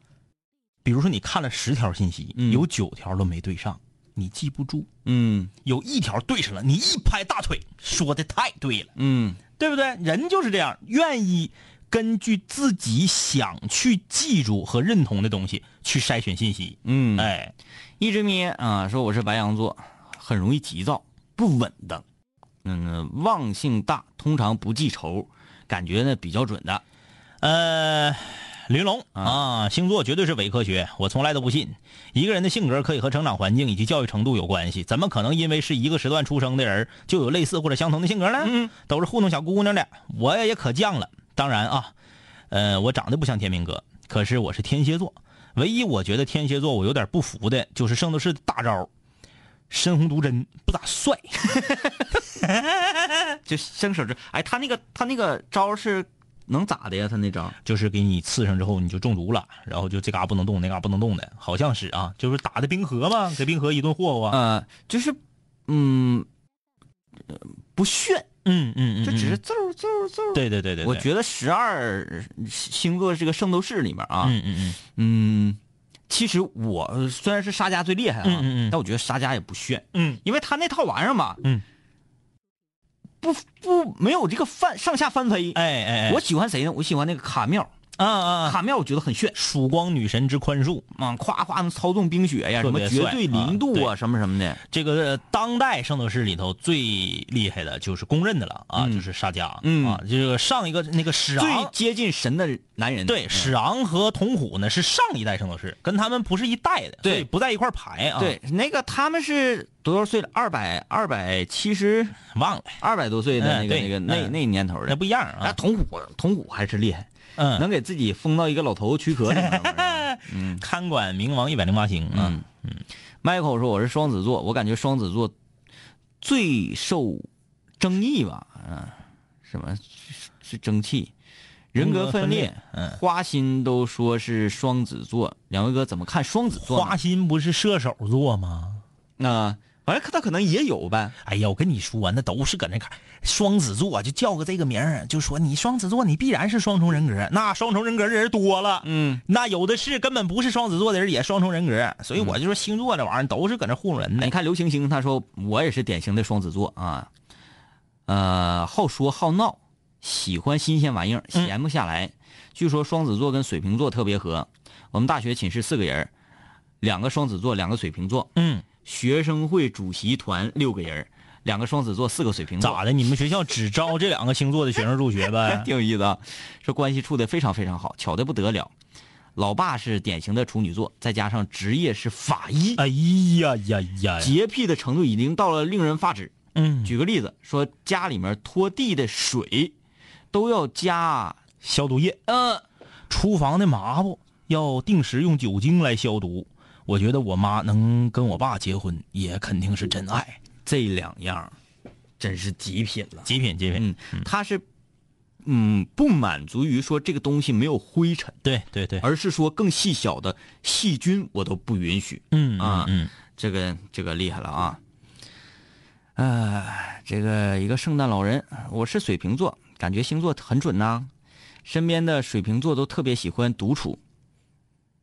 D: 比如说你看了十条信息，
C: 嗯
D: 有九条都没对上，你记不住；
C: 嗯
D: 有一条对上了，你一拍大腿，说的太对了，
C: 嗯
D: 对不对？人就是这样，愿意根据自己想去记住和认同的东西去筛选信息。
C: 嗯，
D: 哎，
C: 一直咩啊，说我是白羊座，很容易急躁，不稳当，嗯，忘性大，通常不记仇，感觉呢比较准的。
D: 呃，玲珑啊，星座绝对是伪科学，我从来都不信。一个人的性格可以和成长环境以及教育程度有关系，怎么可能因为是一个时段出生的人就有类似或者相同的性格呢？嗯，都是糊弄小姑娘的，我也可犟了。当然啊，呃，我长得不像天明哥，可是我是天蝎座。唯一我觉得天蝎座我有点不服的就是圣斗士的大招，深红毒针不咋帅。
C: 就伸手指，哎，他那个他那个招儿是能咋的呀？他那招儿，
D: 就是给你刺上之后你就中毒了，然后就这嘎不能动，那嘎不能动的，好像是啊，就是打的冰河嘛，给冰河一顿霍霍。
C: 呃，就是，嗯，呃不炫，
D: 嗯嗯嗯，
C: 就只是
D: 嗯
C: 揍儿揍儿揍儿。
D: 对对对对，嗯
C: 我
D: 得
C: 觉得十二星座这个圣斗士里面啊，
D: 嗯嗯
C: 嗯，其实我呃虽然是沙家最厉害啊，
D: 嗯嗯嗯
C: 但我觉得沙家也不炫，
D: 嗯
C: 因为他那套玩意儿嘛，
D: 嗯，
C: 不不没有这个翻上下翻飞。
D: 嗯，哎哎哎，
C: 我喜欢谁呢？我喜欢那个卡妙，
D: 啊啊，啊
C: 卡妙我觉得很炫，
D: 曙光女神之宽恕，
C: 啊，夸夸能操纵冰雪呀，什
D: 特
C: 么
D: 别
C: 绝
D: 帅
C: 对
D: 啊
C: 零度啊，
D: 对
C: 什么什么的。
D: 这个呃当代圣斗士里头最厉害的就是公认的了啊，
C: 嗯
D: 就是沙迦，
C: 嗯
D: 啊，这个上一个那个史
C: 最
D: 昂。
C: 接近神的男人。嗯
D: 对，史昂和童虎呢是上一代圣斗士，跟他们不是一代的，
C: 对
D: 所以不在一块儿排啊。，
C: 对，那个他们是多少岁了？二百二百七十
D: 忘了，
C: 二百多岁的
D: 哎
C: 那个、
D: 对
C: 那个那
D: 嗯
C: 那年头
D: 那
C: 的。
D: 不一样
C: 那
D: 啊。
C: 童虎童虎还是厉害，
D: 嗯，
C: 能给自己封到一个老头躯壳里面 玩儿。
D: 看管冥王一百零八星啊。
C: 嗯 Michael 说我是双子座，我感觉双子座最受争议吧，嗯、什么是争气，人格分裂，
D: 嗯
C: 花心都说是双子座，两位哥怎么看双子座呢？
D: 花心不是射手座吗？
C: 那、反正他可能也有呗，
D: 哎呀，我跟你说，那都是搁那看双子座，就叫个这个名儿，就说你双子座，你必然是双重人格。那双重人格的人多了，
C: 嗯，
D: 那有的是根本不是双子座的人也双重人格。所以我就说星座这玩意儿都是搁那糊弄人的
C: 哎你。看刘星星，他说我也是典型的双子座啊，呃，好说好闹，喜欢新鲜玩意儿，
D: 嗯
C: 闲不下来。据说双子座跟水瓶座特别合。我们大学寝室四个人，两个双子座，两个水瓶座，
D: 嗯，
C: 学生会主席团六个人，两个双子座，四个水瓶座，
D: 咋的？你们学校只招这两个星座的学生入学呗？
C: 挺有意思啊。说关系处的非常非常好，巧的不得了。老爸是典型的处女座，再加上职业是法医，
D: 哎呀呀呀！
C: 洁癖的程度已经到了令人发指。
D: 嗯，
C: 举个例子，说家里面拖地的水都要加，
D: 消毒液，
C: 呃，
D: 厨房的抹布要定时用酒精来消毒。我觉得我妈能跟我爸结婚，也肯定是真爱。
C: 这两样真是极品了。
D: 极品，极品。
C: 嗯，他是嗯不满足于说这个东西没有灰尘，
D: 对对对，
C: 而是说更细小的细菌我都不允许。
D: 嗯
C: 啊
D: 嗯
C: 这个这个厉害了啊！呃，这个一个圣诞老人，我是水瓶座，感觉星座很准呐、身边的水瓶座都特别喜欢独处，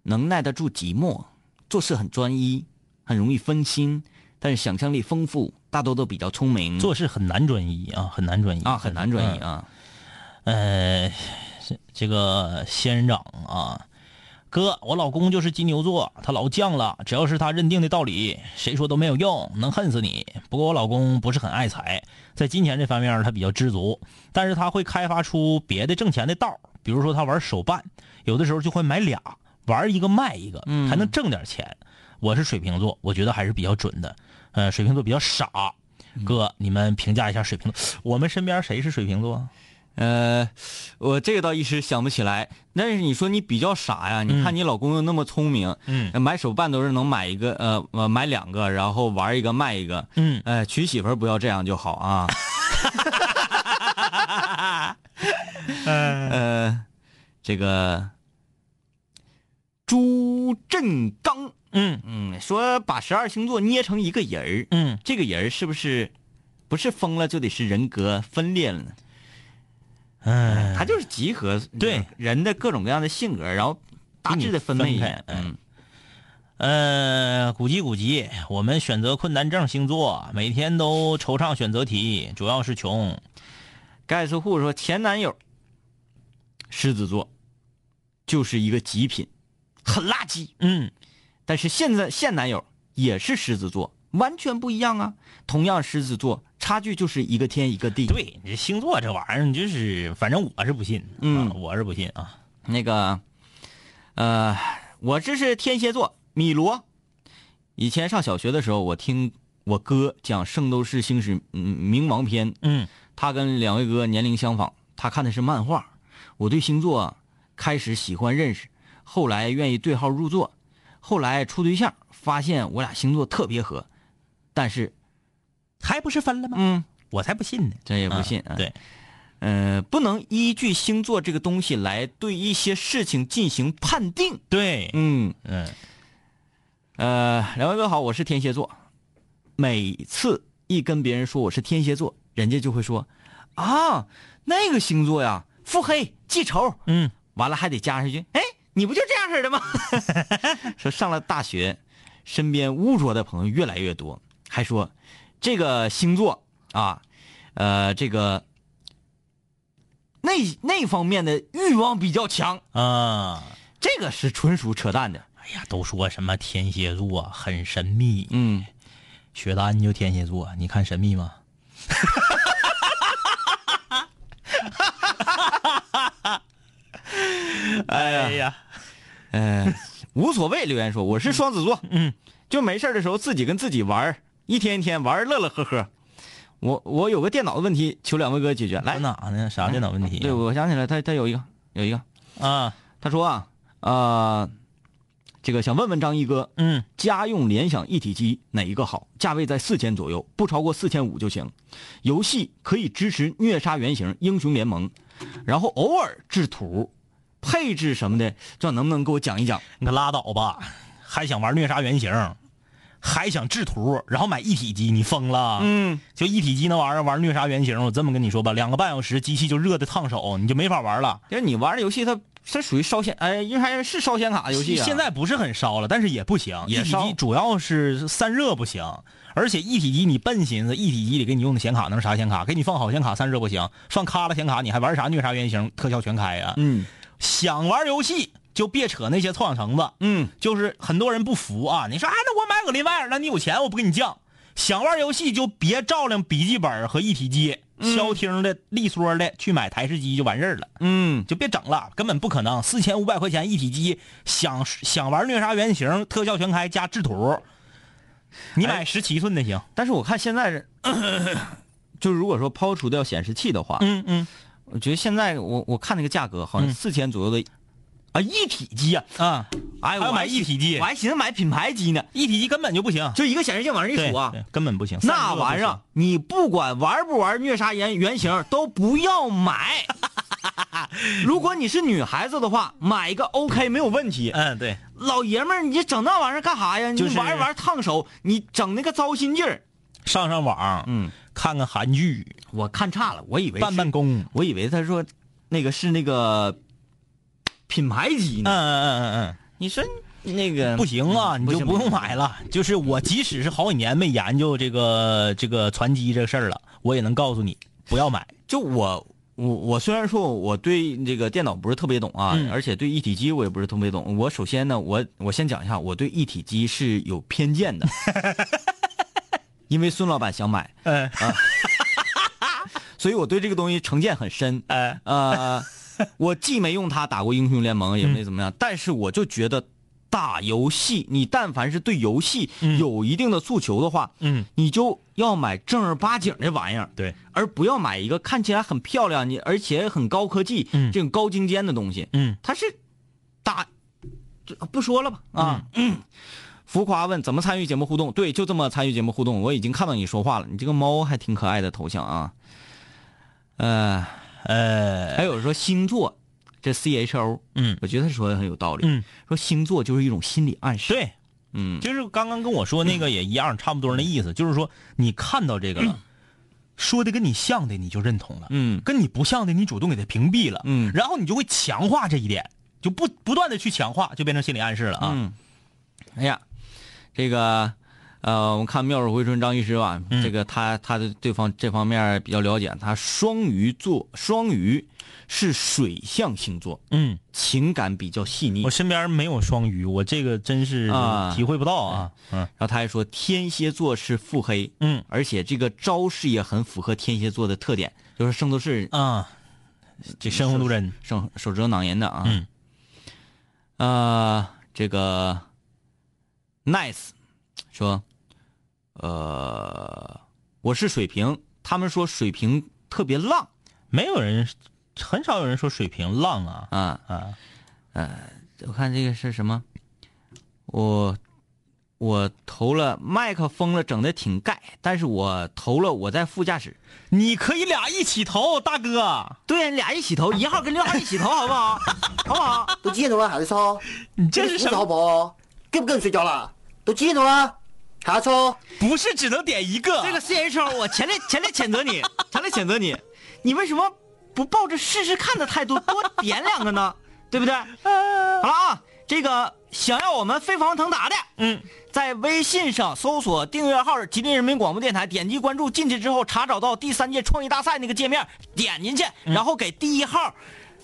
C: 能耐得住寂寞，做事很专一，很容易分心，但是想象力丰富，大多都比较聪明，
D: 做事很难专一啊，很难专一
C: 啊很难专一。
D: 嗯
C: 啊。
D: 呃，这这个仙人掌啊，哥，我老公就是金牛座，他老犟了，只要是他认定的道理，谁说都没有用，能恨死你。不过我老公不是很爱财，在金钱这方面他比较知足，但是他会开发出别的挣钱的道儿，比如说他玩手办，有的时候就会买俩，玩一个卖一个，还能挣点钱。我是水瓶座，我觉得还是比较准的。呃，水瓶座比较傻，哥，你们评价一下水瓶座。我们身边谁是水瓶座啊？
C: 呃，我这个倒一时想不起来。但是你说你比较傻呀？你看你老公又那么聪明，
D: 嗯
C: 呃买手办都是能买一个，呃呃，买两个，然后玩一个卖一个。
D: 嗯
C: 呃，娶媳妇儿不要这样就好 啊。 呃，这个朱振刚，
D: 嗯
C: 嗯，说把十二星座捏成一个人儿，
D: 嗯，
C: 这个人儿是不是不是疯了就得是人格分裂了呢？
D: 嗯，
C: 它就是集合
D: 对
C: 人的各种各样的性格，然后大致的分类一下
D: 给你分开
C: 嗯，
D: 呃，古籍古籍，我们选择困难症星座，每天都惆怅选择题，主要是穷。
C: 盖斯户说前男友狮子座就是一个极品，很垃圾。
D: 嗯
C: 但是现在现男友也是狮子座，完全不一样啊！同样狮子座，差距就是一个天一个地。，
D: 对，你这星座这玩意儿，你就是反正我是不信，
C: 嗯
D: 啊我是不信啊。
C: 那个，呃，我这是天蝎座，米罗。以前上小学的时候，我听我哥讲《圣斗士星矢》嗯冥王篇，
D: 嗯
C: 他跟两位哥年龄相仿，他看的是漫画。我对星座啊开始喜欢认识，后来愿意对号入座，后来处对象发现我俩星座特别合，但是
D: 还不是分了吗？
C: 嗯，
D: 我才不信呢，
C: 这也不信啊。
D: 对，
C: 呃，不能依据星座这个东西来对一些事情进行判定。
D: 对，
C: 嗯，
D: 嗯
C: 呃，两位哥好，我是天蝎座。每次一跟别人说我是天蝎座，人家就会说啊，那个星座呀，腹黑记仇，
D: 嗯，
C: 完了还得加上一句，哎，你不就这样式儿的吗？ 说上了大学，身边污浊的朋友越来越多，还说这个星座啊，呃，这个那那方面的欲望比较强，
D: 啊。
C: 这个是纯属扯淡的。
D: 哎呀，都说什么天蝎座很神秘，
C: 嗯，
D: 雪丹就天蝎座，你看神秘 吗？哎呀，
C: 呃无所谓。留言说我是双子座，嗯，就没事儿的时候自己跟自己玩儿，一天一天玩儿乐乐呵呵。我我有个电脑的问题，求两位哥解决。来，哎
D: 哪呢？啊啥电脑问题
C: 对，
D: 哎呀？
C: 我想起来，他他有一个有一个，
D: 啊，
C: 他说啊，呃，这个想问问张一哥，
D: 嗯，
C: 家用联想一体机哪一个好？价位在四千左右，不超过四千五就行。游戏可以支持虐杀原型、英雄联盟，然后偶尔制图，配置什么的，这能不能给我讲一讲？
D: 你可拉倒吧，还想玩虐杀原型，还想制图，然后买一体机，你疯了？
C: 嗯，
D: 就一体机那玩意儿玩虐杀原型，我这么跟你说吧，两个半小时机器就热的烫手，你就没法玩了。
C: 就是你玩的游戏它，它属于烧显，哎，因为还是烧显卡游戏啊。
D: 现在不是很烧了，但是也不行，
C: 也
D: 一体
C: 烧
D: 机主要是散热不行，而且一体机你笨寻思，一体机里给你用的显卡能是啥显卡？给你放好显卡散热不行，放卡了显卡你还玩啥虐杀原型？特效全开呀、
C: 嗯
D: 想玩游戏就别扯那些臭氧层子，
C: 嗯，
D: 就是很多人不服啊，你说啊，那我买个林外尔，那你有钱我不跟你犟。想玩游戏就别照亮笔记本和一体机，消停的利索的去买台式机就完事儿了。
C: 嗯，
D: 就别整了，根本不可能。四千五百块钱一体机，想想玩虐杀原型，特效全开加制图，你
C: 哎
D: 买十七寸的行。
C: 但是我看现在是， 就如果说抛除掉显示器的话，
D: 嗯嗯
C: 我觉得现在我我看那个价格好像
D: 嗯
C: 四千左右的，啊，一体机啊，
D: 啊，
C: 哎，
D: 还
C: 我
D: 要买一体机
C: 我，还寻思买品牌机呢，
D: 一体机根本就不行。
C: 就一个显示器往上一
D: 对
C: 杵啊，
D: 对根本不行。
C: 那玩意儿你不管玩不玩虐杀原原型都不要 买。如果你是女孩子的话，买一个 OK 没有问题。
D: 嗯，对，
C: 老爷们儿，你整那玩意儿干啥呀？你
D: 就是
C: 玩一玩烫手，你整那个糟心劲儿。
D: 上上网，
C: 嗯，
D: 看看韩剧，
C: 我看差了，我以为是
D: 办办，公。
C: 我以为他说那个是那个品牌机
D: 嗯
C: 呢。
D: 嗯嗯嗯嗯，
C: 你说那个
D: 不行啊，你就不用买了。就是我即使是好几年没研究这个这个传机这事儿了，我也能告诉你不要 买。
C: 就我我我虽然说我对这个电脑不是特别懂啊，
D: 嗯
C: 而且对一体机我也不是特别懂。我首先呢，我我先讲一下，我对一体机是有偏见 的，因为孙老板想买，
D: 嗯
C: 所以我对这个东西成见很深。
D: 哎
C: 呃，我既没用它打过英雄联盟，也没怎么样，但是我就觉得打游戏，你但凡是对游戏有一定的诉求的话，
D: 嗯，
C: 你就要买正儿八经的玩意儿，
D: 对，
C: 而不要买一个看起来很漂亮、你而且很高科技、
D: 嗯
C: 这种高精尖的东西。
D: 嗯，
C: 它是打，这不说了吧啊。嗯浮夸问怎么参与节目互动？对，就这么参与节目互动。我已经看到你说话了，你这个猫还挺可爱的头像啊。呃，
D: 呃，
C: 还有说星座，这 C H O，
D: 嗯
C: 我觉得他说的很有道理。
D: 嗯，
C: 说星座就是一种心理暗示。
D: 对，
C: 嗯，
D: 就是刚刚跟我说那个也一样，差不多那意思，就是说你看到这个了，说的跟你像的你就认同了，
C: 嗯
D: 跟你不像的你主动给他屏蔽了，
C: 嗯
D: 然后你就会强化这一点，就不不断的去强化，就变成心理暗示了啊。
C: 嗯，哎呀，这个呃，我们看妙手回春张医师吧，
D: 嗯
C: 这个他他的对方这方面比较了解，他双鱼座，双鱼是水象星座，
D: 嗯，
C: 情感比较细腻
D: 我。身边没有双鱼，我这个真是
C: 啊
D: 体会不到啊。嗯
C: 然后他还说天蝎座是腹黑，
D: 嗯
C: 而且这个招式也很符合天蝎座的特点，就是圣斗士
D: 啊，这深红毒针，
C: 手手遮囊炎的啊。
D: 嗯。
C: 呃，这个 nice 说，呃，我是水瓶，他们说水瓶特别浪
D: 没有人，很少有人说水平浪啊。
C: 啊。呃
D: 啊，
C: 我看这个是什么？我我投了麦克风了，整的挺盖，但是我投了我在副驾驶。
D: 你可以俩一起投，大哥，
C: 对，啊你俩一起投，一号跟六号一起投，好不好？好不好？
G: 都啊几点钟了还在吵？
D: 你这是什
G: 你吵
D: 么？
G: 不好？跟不跟你睡觉了？都几点钟了还在吵？
D: 不是只能点一个？
C: 这个 C H O，我强烈强烈谴责 你，强烈谴责你，你为什么不抱着试试看的态度多点两个呢？对不对？好了啊，这个想要我们飞黄腾达的，
D: 嗯，
C: 在微信上搜索订阅号“吉林人民广播电台”，点击关注进去之后，查找到第三届创意大赛那个界面，点进去，然后给第一号。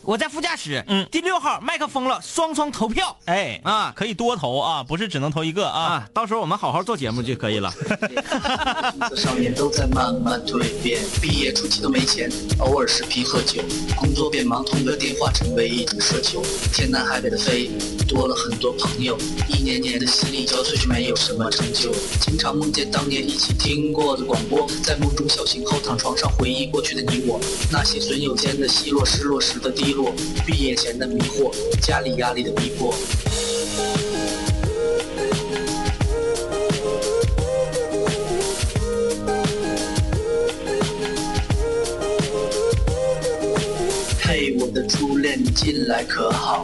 C: 我在副驾驶，
D: 嗯
C: 第六号麦克风了，双双投票
D: 哎
C: 啊
D: 可以多投啊，不是只能投一个啊。
C: 啊！到时候我们好好做节目就可以了。
H: 少年都在慢慢蜕变，毕业初期都没钱，偶尔视频喝酒，工作变忙，通个电话成为一种奢求。天南海北的飞，多了很多朋友，一年年的心力交瘁却没有什么成就。经常梦见当年一起听过的广播，在梦中笑醒后躺床上回忆过去的你我，那些损友间的奚落，失落时的低落，毕业前的迷惑，家里压力的逼迫。嘿，我的初恋，你近来可好？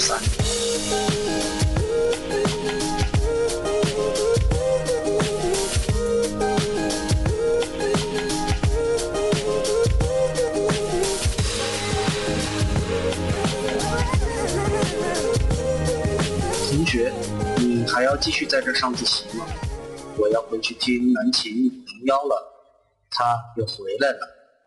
H: 三。同学，你还要继续在这儿上自习吗？我要回去听南琴零幺了，他又回来了。